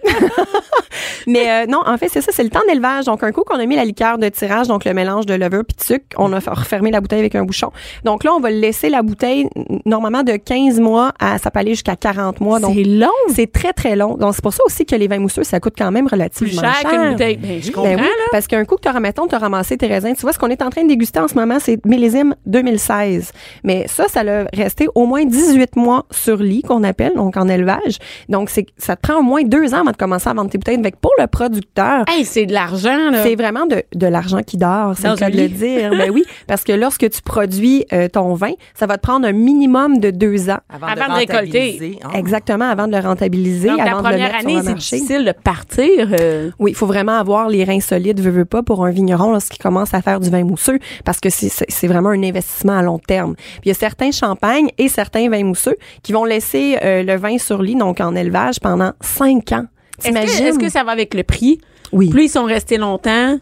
Speaker 5: Mais euh, non, en fait, c'est ça, c'est le temps d'élevage. Donc, un coup qu'on a mis la liqueur de tirage, donc le mélange de levure puis de sucre, on a fa- refermé la bouteille avec un bouchon. Donc là, on va laisser la bouteille n- normalement de 15 mois à ça peut aller jusqu'à 40 mois. Donc,
Speaker 3: C'est long.
Speaker 5: c'est très, très long. Donc, c'est pour ça aussi que les vins mousseux, ça coûte quand même
Speaker 3: Plus
Speaker 5: relativement
Speaker 3: cher
Speaker 5: cher.
Speaker 3: qu'une bouteille. Ben, je comprends,
Speaker 5: Ben oui,
Speaker 3: là.
Speaker 5: parce qu'un coup que tu mettons, tu as ramassé tes raisins. Tu vois, ce qu'on est en train de déguster en ce moment, c'est millésime 2016. Mais ça, ça l'a resté au moins 18 mois mois sur lit qu'on appelle, donc en élevage. Donc, c'est, ça te prend au moins deux ans avant de commencer à vendre tes bouteilles. Fait que pour le producteur,
Speaker 3: Hey, c'est de l'argent, là.
Speaker 5: c'est vraiment de, de l'argent qui dort, c'est
Speaker 3: Dans
Speaker 5: le cas
Speaker 3: le
Speaker 5: de le
Speaker 3: lit.
Speaker 5: dire. Ben oui, parce que lorsque tu produis euh, ton vin, ça va te prendre un minimum de deux ans.
Speaker 3: Avant de récolter.
Speaker 4: rentabiliser, hein.
Speaker 5: Exactement, avant de le rentabiliser,
Speaker 3: Ah. Donc, la
Speaker 5: avant de le
Speaker 3: première
Speaker 5: mettre
Speaker 3: année,
Speaker 5: sur le
Speaker 3: c'est
Speaker 5: marché.
Speaker 3: difficile de partir. euh,
Speaker 5: Oui, il faut vraiment avoir les reins solides, veux, veux pas, pour un vigneron lorsqu'il commence à faire du vin mousseux, parce que c'est- c'est c'est vraiment un investissement à long terme. Puis il y a certains champagnes et certains vins mousseux qui vont laisser euh, le vin sur lit, donc en élevage, pendant cinq ans.
Speaker 3: Est-ce que,
Speaker 5: T'imagines?
Speaker 3: est-ce que ça va avec le prix?
Speaker 5: Oui.
Speaker 3: Plus ils sont restés longtemps,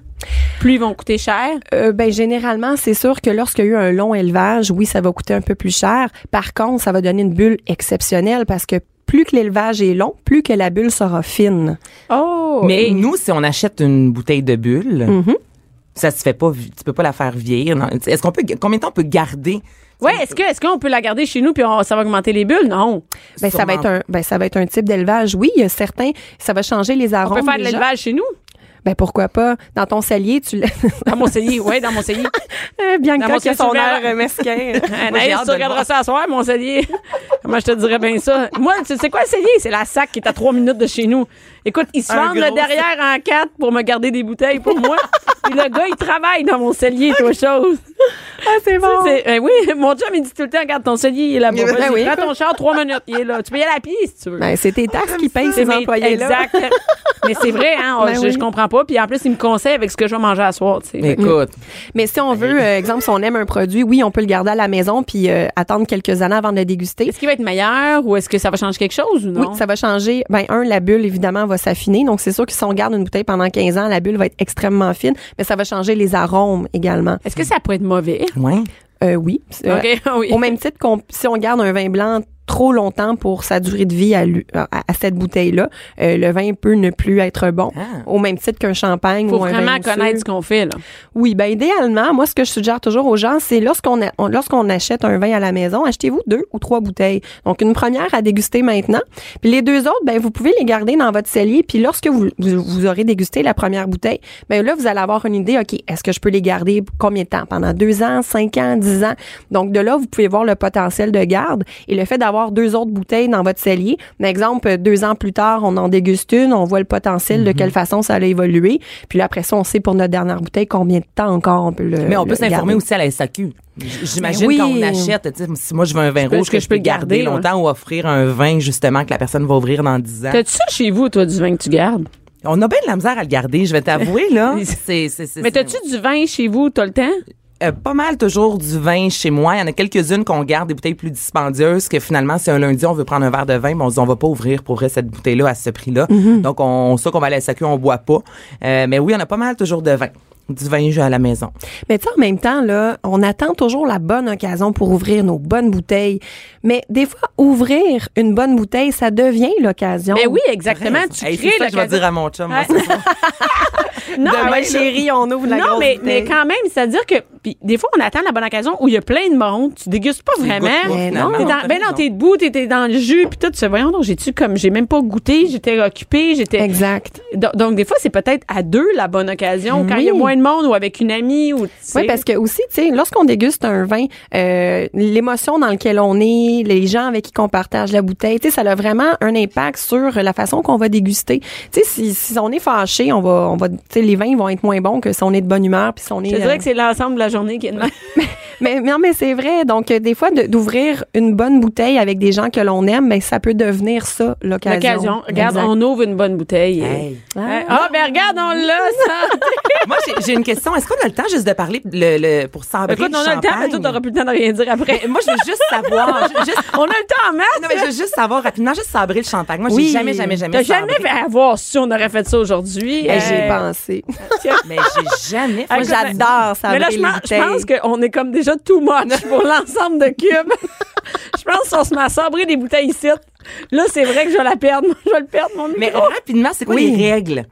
Speaker 3: plus ils vont coûter cher.
Speaker 5: Euh, ben généralement, c'est sûr que lorsqu'il y a eu un long élevage, oui, ça va coûter un peu plus cher. Par contre, ça va donner une bulle exceptionnelle parce que plus que l'élevage est long, plus que la bulle sera fine.
Speaker 3: Oh!
Speaker 4: Mais nous, si on achète une bouteille de bulle,
Speaker 3: Mhm.
Speaker 4: ça se fait pas, vi- tu peux pas la faire vieillir. non. Est-ce qu'on peut, combien de temps on peut garder?
Speaker 3: Ouais, est-ce que est-ce qu'on peut la garder chez nous puis on- ça va augmenter les bulles Non.
Speaker 5: Ben ça
Speaker 4: Sûrement.
Speaker 5: va être un, ben ça va être un type d'élevage. Oui, il y a certains, ça va changer les
Speaker 3: On
Speaker 5: arômes.
Speaker 3: peut faire de
Speaker 5: déjà.
Speaker 3: l'élevage chez nous.
Speaker 5: Ben pourquoi pas Dans ton cellier, tu l'as.
Speaker 3: Dans mon cellier, ouais, dans mon cellier.
Speaker 5: Bien
Speaker 3: Dans mon
Speaker 5: qui a son
Speaker 3: cellulaire.
Speaker 5: air euh, mesquin.
Speaker 4: j'ai
Speaker 3: Anaïs,
Speaker 4: hâte
Speaker 3: tu
Speaker 4: de
Speaker 3: regarderas
Speaker 4: le voir.
Speaker 3: ça à soir, mon cellier. Moi, je te dirais bien ça. Moi, tu sais quoi, le cellier? C'est la sac qui est à trois minutes de chez nous. Écoute, ils se
Speaker 4: Un
Speaker 3: vendent le
Speaker 4: gros-
Speaker 3: derrière en quatre pour me garder des bouteilles pour moi. Puis le gars, il travaille dans mon cellier, toi, chose.
Speaker 5: ah, c'est bon.
Speaker 3: Tu sais, c'est- eh oui, mon chum, il dit tout le temps, regarde, ton cellier, il est là-bas.
Speaker 5: Ben
Speaker 3: Vas-y,
Speaker 5: oui.
Speaker 3: prends ton char, trois minutes, il est là. Tu peux y aller à pied, si tu veux.
Speaker 5: Ben, c'est tes taxes qui payent
Speaker 3: C'est
Speaker 5: ces
Speaker 3: mes-
Speaker 5: employés-là.
Speaker 3: Exact. Mais c'est vrai, hein,
Speaker 5: Ben
Speaker 3: je,
Speaker 5: oui.
Speaker 3: je comprends pas. Puis en plus, il me conseille avec ce que je vais manger à soir, tu sais. Fait que-
Speaker 4: Écoute,
Speaker 5: Mais si on veut, euh, exemple, si on aime un produit, oui, on peut le garder à la maison puis euh, attendre quelques années avant de le déguster.
Speaker 3: Est-ce qu'il va être meilleur ou est-ce que ça va changer quelque chose ou non?
Speaker 5: Oui, ça va changer. Ben un, la bulle évidemment va s'affiner. Donc c'est sûr que si on garde une bouteille pendant 15 ans, la bulle va être extrêmement fine, mais ça va changer les arômes également.
Speaker 3: Est-ce que ça pourrait être mauvais?
Speaker 4: ouais.
Speaker 5: Euh, oui. Euh,
Speaker 3: OK, oui.
Speaker 5: Au même titre qu'on si on garde un vin blanc trop longtemps pour sa durée de vie à, lui- à, à cette bouteille-là, euh, le vin peut ne plus être bon.
Speaker 4: Ah.
Speaker 5: Au même titre qu'un champagne
Speaker 3: faut
Speaker 5: ou un vin
Speaker 3: vraiment
Speaker 5: mousseux.
Speaker 3: connaître ce qu'on fait, là.
Speaker 5: Oui, ben idéalement, moi ce que je suggère toujours aux gens, c'est lorsqu'on a- on- lorsqu'on achète un vin à la maison, achetez-vous deux ou trois bouteilles. Donc une première à déguster maintenant, puis les deux autres, ben vous pouvez les garder dans votre cellier, puis lorsque vous, vous, vous aurez dégusté la première bouteille, ben là vous allez avoir une idée, ok, est-ce que je peux les garder combien de temps Pendant deux ans, cinq ans, dix ans. Donc de là vous pouvez voir le potentiel de garde et le fait d'avoir deux autres bouteilles dans votre cellier. Par exemple, deux ans plus tard, on en déguste une, on voit le potentiel
Speaker 4: Mhm.
Speaker 5: de quelle façon ça a évolué, puis là, après ça on sait pour notre dernière bouteille combien de temps encore on peut le
Speaker 4: Mais on peut
Speaker 5: Euh, le garder.
Speaker 4: s'informer aussi à la SAQ. J- J'imagine
Speaker 5: Ben
Speaker 4: quand
Speaker 5: oui.
Speaker 4: on achète, tu sais, si moi je veux un vin
Speaker 3: peux-
Speaker 4: rouge que, je peux garder,
Speaker 3: ouais.
Speaker 4: longtemps ou offrir un vin justement que la personne va ouvrir dans 10 ans.
Speaker 3: T'as-tu ça chez vous, toi, du vin que tu gardes?
Speaker 4: On a bien de la misère à le garder, je vais t'avouer là. c'est, c'est, c'est,
Speaker 3: Mais t'as-tu du vin chez vous, t'as le temps?
Speaker 4: Euh, pas mal toujours du vin chez moi. Il y en a quelques-unes qu'on garde des bouteilles plus dispendieuses que finalement, si un lundi on veut prendre un verre de vin, ben, on se dit on va pas ouvrir pour vrai cette bouteille-là à ce prix-là. Donc on, on sait qu'on va aller à la SAQ, on boit pas. Euh, mais oui, on a pas mal toujours de vin. Du vin à la maison.
Speaker 5: Mais tu sais, en même temps, là, on attend toujours la bonne occasion pour ouvrir nos bonnes bouteilles. Mais des fois, ouvrir une bonne bouteille, ça devient l'occasion.
Speaker 3: Ben oui, exactement. Tu
Speaker 4: Hey,
Speaker 3: crées
Speaker 4: c'est ça que je vais
Speaker 3: l'occasion.
Speaker 4: dire à mon chum. moi,
Speaker 3: Ouais.
Speaker 4: ce soir.
Speaker 3: Non,
Speaker 5: Demain,
Speaker 3: mais-
Speaker 5: chérie, on ouvre la
Speaker 3: Non,
Speaker 5: grosse
Speaker 3: mais, mais
Speaker 5: bouteille.
Speaker 3: quand même, c'est-à-dire que puis des fois, on attend la bonne occasion où il y a plein de monde, tu dégustes pas vraiment.
Speaker 4: goûtes pas,
Speaker 3: T'es
Speaker 4: finalement.
Speaker 3: dans- ben non,
Speaker 4: Non.
Speaker 3: t'es debout, t'es t'es dans le jus, puis tout, tu fais, voyons donc, j'ai-tu comme, j'ai même pas goûté, j'étais occupée, j'étais...
Speaker 5: Exact.
Speaker 3: Donc, donc, des fois, c'est peut-être à deux la bonne occasion, quand il y a
Speaker 5: Oui.
Speaker 3: moins de monde ou avec une amie ou... tu sais.
Speaker 5: Oui, parce que aussi, tu sais, lorsqu'on déguste un vin, euh, l'émotion dans laquelle on est, les gens avec qui on partage la bouteille, tu sais, ça a vraiment un impact sur la façon qu'on va déguster. Tu sais, si, si on est fâché, on va, on va, tu sais, les vins vont être moins bons que si on est de bonne humeur, puis si on est.
Speaker 3: Je te
Speaker 5: euh,
Speaker 3: dirais que c'est l'ensemble de la journée qui est de même.
Speaker 5: Mais non, mais c'est vrai. Donc, euh, des fois, de- d'ouvrir une bonne bouteille avec des gens que l'on aime, ben, ça peut devenir ça, l'occasion.
Speaker 3: L'occasion. Regarde,
Speaker 5: Exact.
Speaker 3: on ouvre une bonne bouteille.
Speaker 4: Hey.
Speaker 3: Ah, ah, ben regarde, on l'a, ça.
Speaker 4: Moi, j'ai- j'ai une question. Est-ce qu'on a le temps juste de parler le, le- pour sabrer
Speaker 3: Écoute,
Speaker 4: le
Speaker 3: on a le temps, mais toi,
Speaker 4: champagne?
Speaker 3: t'auras plus le temps de rien dire après.
Speaker 4: Mais Moi, je veux juste savoir. je- juste-
Speaker 3: on a le temps en masse.
Speaker 4: non, mais je veux juste savoir rapidement, juste sabrer le champagne. Moi, j'ai
Speaker 5: Oui.
Speaker 4: jamais, jamais, jamais
Speaker 3: T'as
Speaker 4: sabré.
Speaker 3: jamais fait avoir si on aurait fait ça aujourd'hui.
Speaker 5: Ben,
Speaker 3: Euh,
Speaker 5: J'y ai pensé.
Speaker 4: Mais j'ai jamais fait
Speaker 5: Moi,
Speaker 3: écoute,
Speaker 5: j'adore ça.
Speaker 3: Mais là, je pense, je pense qu'on est comme déjà too much pour l'ensemble de Cube. je pense qu'on se met à sabrer des bouteilles ici. Là, c'est vrai que je vais la perdre. Je vais le perdre, mon
Speaker 4: Mais
Speaker 3: micro.
Speaker 4: rapidement, c'est quoi
Speaker 5: Oui.
Speaker 4: les règles?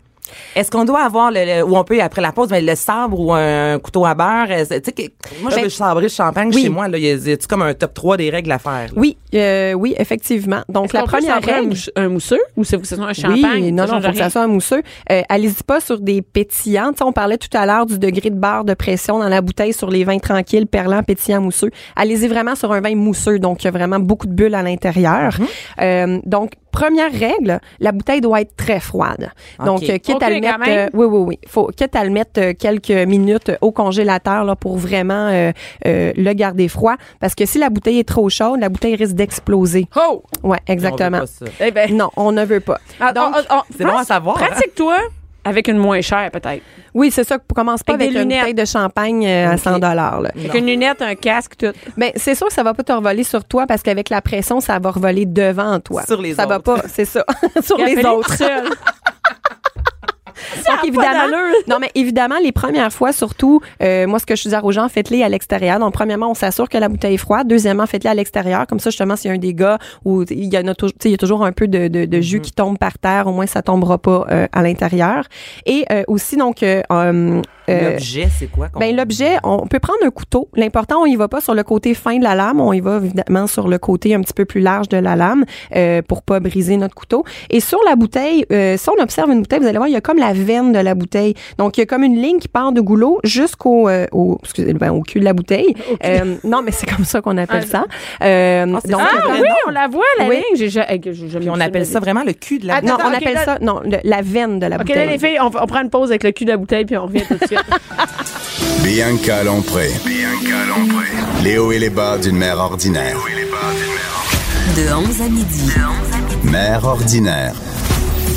Speaker 4: Est-ce qu'on doit avoir le, le- ou on peut après la pause mais le sabre ou un couteau à beurre euh, c'est- tu sais que- moi je
Speaker 5: Ben,
Speaker 4: veux sabrer le champagne
Speaker 5: oui.
Speaker 4: chez moi là y a- y a-tu comme un top 3 des règles à faire là?
Speaker 5: Oui, euh, oui, effectivement. Donc,
Speaker 3: Est-ce
Speaker 5: la
Speaker 3: qu'on peut
Speaker 5: première
Speaker 3: sabrer un
Speaker 5: règle.
Speaker 3: mousse- un mousseux ou c'est que ce soit un champagne?
Speaker 5: Oui, non, non,
Speaker 3: change
Speaker 5: faut que
Speaker 3: rien.
Speaker 5: ça soit un mousseux. Euh, Allez-y pas sur des pétillants. Tu sais, on parlait tout à l'heure du degré de barre de pression dans la bouteille sur les vins tranquilles, perlants, pétillants, mousseux. Allez-y vraiment sur un vin mousseux, donc il y a vraiment beaucoup de bulles à l'intérieur.
Speaker 3: Mhm.
Speaker 5: Euh, donc, première règle, la bouteille doit être très froide. Donc,
Speaker 4: Ok.
Speaker 5: euh, quitte à
Speaker 3: Ok,
Speaker 5: le mettre,
Speaker 3: quand même.
Speaker 5: euh, oui, oui, oui, faut quitte à le mettre euh, quelques minutes au congélateur là, pour vraiment euh, euh, le garder froid, parce que si la bouteille est trop chaude, la bouteille risque d'exploser.
Speaker 3: Oh!
Speaker 5: Ouais,
Speaker 4: Mais on veut
Speaker 5: exactement.
Speaker 4: pas ça.
Speaker 3: Eh ben,
Speaker 5: Non, on ne veut pas.
Speaker 3: ah,
Speaker 5: Donc,
Speaker 3: ah, ah,
Speaker 4: c'est bon à savoir, hein?
Speaker 3: Pratique-toi avec une moins chère, peut-être.
Speaker 5: Oui, c'est ça. On commence pas
Speaker 3: Avec
Speaker 5: avec,
Speaker 3: des
Speaker 5: une
Speaker 3: lunettes.
Speaker 5: bouteille de champagne euh, à 100 dollars. là.
Speaker 3: Avec une lunette, un casque, tout.
Speaker 5: Mais Ben, c'est sûr que ça va pas te revoler sur toi parce qu'avec la pression, ça va revoler devant toi.
Speaker 4: Sur les
Speaker 5: ça va
Speaker 4: autres.
Speaker 5: pas, c'est ça, sur
Speaker 3: Puis
Speaker 5: les
Speaker 3: appelez
Speaker 5: autres.
Speaker 3: tout seul.
Speaker 5: Donc, évidemment,
Speaker 3: d'allure.
Speaker 5: non mais évidemment les premières fois surtout euh, moi ce que je suggère aux gens faites-les à l'extérieur. Donc premièrement, on s'assure que la bouteille est froide, deuxièmement, faites-les à l'extérieur comme ça justement s'il y a un dégât ou il y en a tou- tu sais, il y a toujours un peu de, de- de
Speaker 4: Mhm.
Speaker 5: jus qui tombe par terre, au moins ça tombera pas euh, à l'intérieur. Et euh, aussi donc euh, euh, euh,
Speaker 4: l'objet c'est quoi qu'on-
Speaker 5: Ben, l'objet, on peut prendre un couteau. L'important, on y va pas sur le côté fin de la lame, on y va évidemment sur le côté un petit peu plus large de la lame euh, pour pas briser notre couteau. Et sur la bouteille, euh, si on observe une bouteille, vous allez voir, il y a comme la veine de la bouteille. Donc, il y a comme une ligne qui part de goulot jusqu'au euh, au, excusez, ben, au cul de la bouteille. Euh, non, mais c'est comme ça qu'on appelle ça. Euh,
Speaker 4: Ah, c'est
Speaker 5: donc,
Speaker 4: ça,
Speaker 3: Ah
Speaker 4: vraiment.
Speaker 3: oui, on la voit, la
Speaker 5: Oui.
Speaker 3: ligne. J'ai ja- hey, que j'ai jamais
Speaker 4: Puis on
Speaker 3: vu
Speaker 4: appelle
Speaker 3: de
Speaker 4: ça
Speaker 3: ma vie.
Speaker 4: vraiment le cul de la
Speaker 3: Attends,
Speaker 5: non, on
Speaker 3: ok,
Speaker 5: appelle
Speaker 3: là-
Speaker 5: ça, non, le- la veine de la
Speaker 3: OK, là,
Speaker 5: bouteille.
Speaker 3: les filles, on, on prend une pause avec le cul de la bouteille, puis on revient tout de suite.
Speaker 2: Bianca Lompré. Bianca Lompré. Les hauts et les bas d'une mère ordinaire.
Speaker 1: De 11 à midi.
Speaker 2: Mère ordinaire.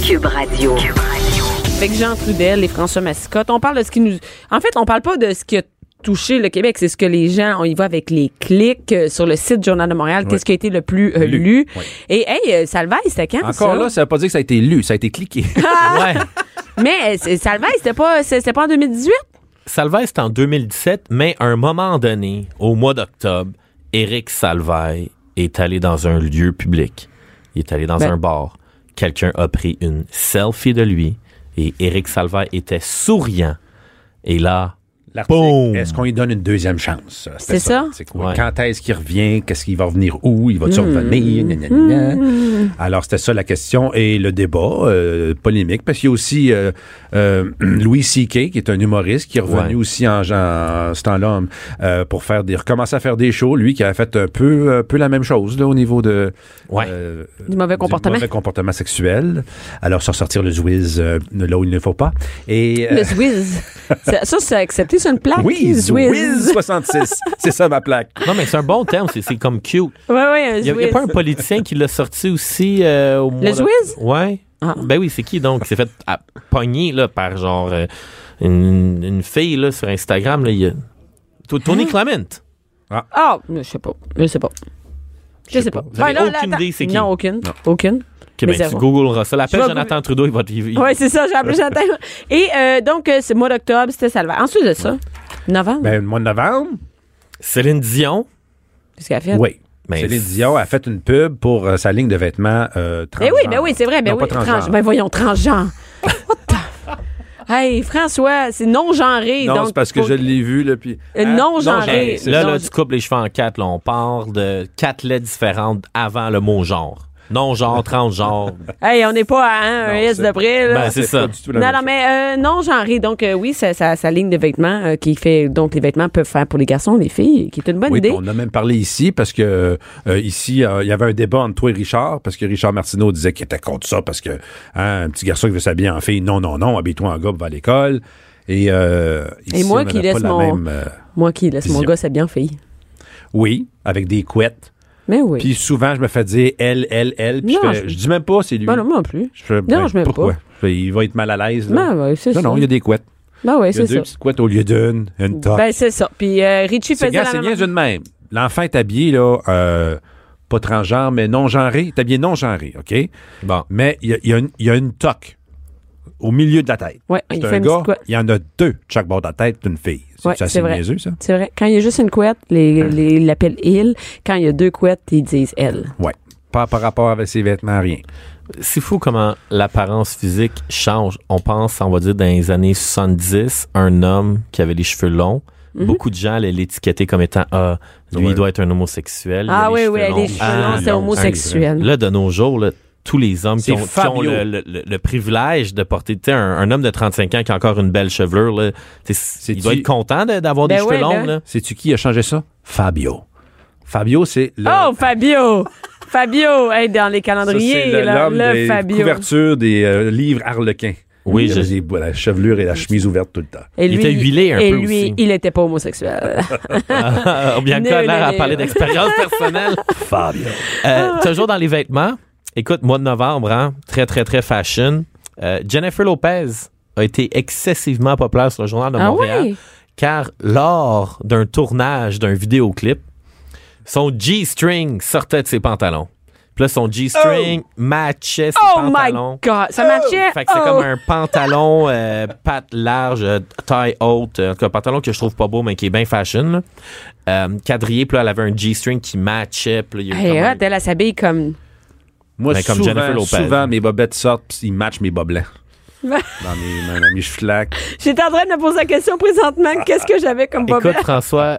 Speaker 1: Cube Radio.
Speaker 3: avec Jean Trudel et François Massicotte. On parle de ce qui nous. En fait, on parle pas de ce qui a touché le Québec, c'est ce que les gens, on y va avec les clics euh, sur le site Journal de Montréal. Qu'est-ce qui a été le plus euh, lu?
Speaker 6: Lu. Oui.
Speaker 3: Et hey, euh, Salvaille, c'était quand
Speaker 6: Encore
Speaker 3: ça?
Speaker 6: là, Hein, ça veut pas dire que ça a été lu, ça a été cliqué.
Speaker 7: Ouais.
Speaker 3: Mais euh, c'est- Salvaille, c'était pas, c'est- c'était pas en 2018?
Speaker 7: Salvaille, c'est en 2017, mais à un moment donné, au mois d'octobre, Éric Salvaille est allé dans un lieu public. Il est allé dans
Speaker 3: Ben-
Speaker 7: un bar. Quelqu'un a pris une selfie de lui et Éric Salvaille était souriant. Et là,
Speaker 6: L'article,
Speaker 7: Boom.
Speaker 6: Est-ce qu'on lui donne une deuxième chance? C'était
Speaker 3: C'est ça.
Speaker 6: C'est quoi?
Speaker 7: Ouais.
Speaker 6: Quand est-ce qu'il revient? Qu'est-ce qu'il va revenir où? Il va-tu revenir? Gna, gna, gna. Alors, c'était ça la question et le débat euh, polémique. Parce qu'il y a aussi euh, euh, Louis C.K., qui est un humoriste, qui est revenu
Speaker 7: Ouais.
Speaker 6: aussi en, en ce temps-là euh, pour faire des, recommencer à faire des shows. Lui qui a fait un peu, un peu la même chose là, au niveau de,
Speaker 7: Ouais.
Speaker 6: euh,
Speaker 3: Du mauvais comportement.
Speaker 6: mauvais comportement sexuel. Alors, sans sortir le Zwiz euh, là où il ne faut pas. Et, euh,
Speaker 3: Le Zwiz. ça, ça, c'est accepté sur une plaque.
Speaker 6: oui,
Speaker 3: Zwiz.
Speaker 6: Zwiz 66. C'est ça ma plaque.
Speaker 7: non, mais c'est un bon terme, c'est- c'est comme cute.
Speaker 3: Ouais, ouais, un
Speaker 7: Il n'y a,
Speaker 3: Zwiz.
Speaker 7: pas un politicien qui l'a sorti aussi euh, au mois d'oc-
Speaker 3: Zouiz?
Speaker 7: Ouais.
Speaker 3: Ah.
Speaker 7: Ben oui, c'est qui donc? Il s'est fait à- pogner là, par genre euh, une, une fille là, sur Instagram. Là, il y a- To- Tony
Speaker 3: Hein?
Speaker 7: Clement.
Speaker 3: Ah, je sais pas. Je sais pas. Je sais pas.
Speaker 7: Vous avez
Speaker 3: Ben, là, là,
Speaker 7: aucune
Speaker 3: attends.
Speaker 7: idée, c'est qui?
Speaker 3: Non, aucune. Aucune.
Speaker 7: Ok,
Speaker 3: Mais
Speaker 7: ben, tu
Speaker 3: zéro.
Speaker 7: googleras ça. L'appel
Speaker 3: Je vais
Speaker 7: Jonathan Trudeau, il va te il-
Speaker 3: Oui, c'est ça, j'ai appelé Chantal. Et euh, donc, euh, c'est mois d'octobre, c'était Salvaire. Ensuite de ça, novembre,
Speaker 6: Ben, le mois de novembre,
Speaker 7: Céline Dion.
Speaker 3: qu'est-ce qu'elle a fait?
Speaker 6: oui.
Speaker 7: Mais
Speaker 6: Céline Dion a fait une pub pour euh, sa ligne de vêtements euh,
Speaker 3: Ben
Speaker 6: transgenre.
Speaker 3: oui, ben oui, c'est vrai. Ben
Speaker 6: Non,
Speaker 3: oui,
Speaker 6: pas transgenre.
Speaker 3: trans- ben voyons, transgenre. What the- Hey, François, c'est non-genré.
Speaker 6: non,
Speaker 3: donc
Speaker 6: c'est parce que
Speaker 3: faut-
Speaker 6: je l'ai vu, là, puis... Ah,
Speaker 3: Euh, non-genré.
Speaker 6: non-genré, c'est
Speaker 7: Là,
Speaker 3: Non,
Speaker 7: là,
Speaker 3: je-
Speaker 7: tu coupes les cheveux en quatre. Là, on parle de quatre lettres différentes avant le mot genre. Non-genre, transgenre.
Speaker 3: Hey, on n'est pas à hein, un
Speaker 6: Non,
Speaker 3: S
Speaker 6: c'est-
Speaker 3: de près, là.
Speaker 7: Ben, c'est ça.
Speaker 6: pas du tout la
Speaker 3: non,
Speaker 6: même
Speaker 3: non,
Speaker 6: chose.
Speaker 3: mais euh, non-genré. Donc, euh, oui, sa, sa, sa ligne de vêtements euh, qui fait. Donc, les vêtements peuvent faire pour les garçons, les filles, qui est une bonne
Speaker 6: Oui,
Speaker 3: idée.
Speaker 6: on a même parlé ici parce que euh, ici euh, il y avait un débat entre toi et Richard parce que Richard Martineau disait qu'il était contre ça parce que hein, un petit garçon qui veut s'habiller en fille, non non non, habille-toi en gars, va à l'école. Et, euh, ici,
Speaker 3: moi
Speaker 6: on
Speaker 3: qui
Speaker 6: avait pas
Speaker 3: laisse
Speaker 6: la
Speaker 3: mon-
Speaker 6: même, euh,
Speaker 3: Moi qui laisse mon
Speaker 6: Vision.
Speaker 3: gars s'habiller en fille.
Speaker 6: oui, avec des couettes.
Speaker 3: Mais oui.
Speaker 6: Puis souvent je me fais dire elle elle elle, puis
Speaker 3: Non,
Speaker 6: je, fais-
Speaker 3: je-
Speaker 6: je dis même pas c'est lui.
Speaker 3: Ben non, moi non plus.
Speaker 6: Je fais, ben,
Speaker 3: Non, je m'aime
Speaker 6: pourquoi?
Speaker 3: pas.
Speaker 6: Je fais, il va être mal à l'aise. là.
Speaker 3: Ben oui, c'est ça.
Speaker 6: non, non, il y a des couettes.
Speaker 3: Ben oui,
Speaker 6: Il y a
Speaker 3: c'est
Speaker 6: deux
Speaker 3: ça.
Speaker 6: petites couettes au lieu d'une, une top.
Speaker 3: Ben, c'est ça. Puis euh, Richie
Speaker 6: c'est
Speaker 3: faisait
Speaker 6: gars,
Speaker 3: la
Speaker 6: c'est
Speaker 3: même
Speaker 6: bien d'une même. L'enfant est habillé, là, euh, pas transgenre, mais non-genré. Il est habillé non-genré, OK?
Speaker 7: Bon.
Speaker 6: Mais il y a, il y a une- il y a une toque au milieu de la tête.
Speaker 3: Ouais, il
Speaker 6: c'est
Speaker 3: fait
Speaker 6: un
Speaker 3: une petite
Speaker 6: gars,
Speaker 3: couette.
Speaker 6: il y en a deux de chaque bord de la tête d'une fille.
Speaker 3: Ouais,
Speaker 6: C'est
Speaker 3: c'est
Speaker 6: assez
Speaker 3: vrai.
Speaker 6: niaiseux, ça? Ah.
Speaker 3: C'est vrai. Quand il y a juste une couette, les, les, ils l'appellent il. Quand il y a deux couettes, ils disent elle.
Speaker 6: Ouais. Pas par rapport avec ses vêtements, rien.
Speaker 7: C'est fou comment l'apparence physique change. On pense, on va dire, dans les années 70, un homme qui avait les cheveux longs,
Speaker 3: Mhm.
Speaker 7: beaucoup de gens allaient l'étiqueter comme étant Ah, lui,
Speaker 6: Ouais.
Speaker 7: il doit être un homosexuel.
Speaker 3: Ah oui,
Speaker 7: il a
Speaker 3: oui, les
Speaker 7: longs. Ah,
Speaker 3: cheveux longs, c'est
Speaker 7: non.
Speaker 3: homosexuel.
Speaker 7: Là, de nos jours, là, tous les hommes
Speaker 6: C'est
Speaker 7: qui ont, qui
Speaker 6: Fabio.
Speaker 7: ont le, le- le- le privilège de porter, tu sais, un, un homme de 35 ans qui a encore une belle chevelure, là, tu sais, il
Speaker 6: C'est-tu-
Speaker 7: doit être content de- d'avoir
Speaker 3: Ben
Speaker 7: des cheveux
Speaker 3: ouais,
Speaker 7: longs.
Speaker 3: là.
Speaker 7: là.
Speaker 6: Sais-tu qui a changé ça? Fabio. Fabio, c'est le...
Speaker 3: Oh, Fabio! Fabio, hey, dans les
Speaker 6: ça, c'est
Speaker 3: calendriers,
Speaker 6: le-
Speaker 3: là,
Speaker 6: l'homme
Speaker 3: le
Speaker 6: des
Speaker 3: Fabio.
Speaker 6: couvertures des euh, livres Harlequin.
Speaker 7: Oui,
Speaker 6: il
Speaker 7: je-
Speaker 6: avait des- la chevelure et la chemise ouverte tout le temps.
Speaker 3: Et
Speaker 7: Il était huilé un
Speaker 3: et
Speaker 7: peu
Speaker 3: lui,
Speaker 7: aussi.
Speaker 3: il n'était pas homosexuel.
Speaker 7: Ah,
Speaker 3: Né,
Speaker 7: Bianca a l'air
Speaker 3: né,
Speaker 7: à
Speaker 3: né.
Speaker 7: parler d'expérience personnelle. Fabio. Euh, toujours dans les vêtements. Écoute, mois de novembre, hein, très, très, très fashion. Euh, Jennifer Lopez a été excessivement populaire sur le journal de
Speaker 3: ah
Speaker 7: Montréal
Speaker 3: oui?
Speaker 7: car lors d'un tournage d'un vidéoclip, son G-string sortait de ses pantalons. Puis là, son G-string matchait ses
Speaker 3: Oh my
Speaker 7: pantalons.
Speaker 3: God! Ça matchait?
Speaker 7: Fait que c'est
Speaker 3: Oh!
Speaker 7: comme un pantalon euh, patte large, euh, taille haute, euh, en tout cas, un pantalon que je trouve pas beau, mais qui est bien fashion. là. Euh, quadrillé, puis là, elle avait un G-string qui matchait. Puis là, il y a eu
Speaker 3: Hey,
Speaker 7: comme un-
Speaker 3: hot, elle, elle s'habille comme...
Speaker 6: Moi,
Speaker 7: Ben, comme
Speaker 6: souvent,
Speaker 7: Jennifer Lopez.
Speaker 6: souvent, mes bobettes sortent pis ils matchent mes bas blancs.
Speaker 3: Ben.
Speaker 6: dans mes, dans mes cheveux flaques.
Speaker 3: J'étais en train de me poser la question présentement, qu'est-ce que j'avais comme
Speaker 7: Écoute,
Speaker 3: bobette?
Speaker 7: François,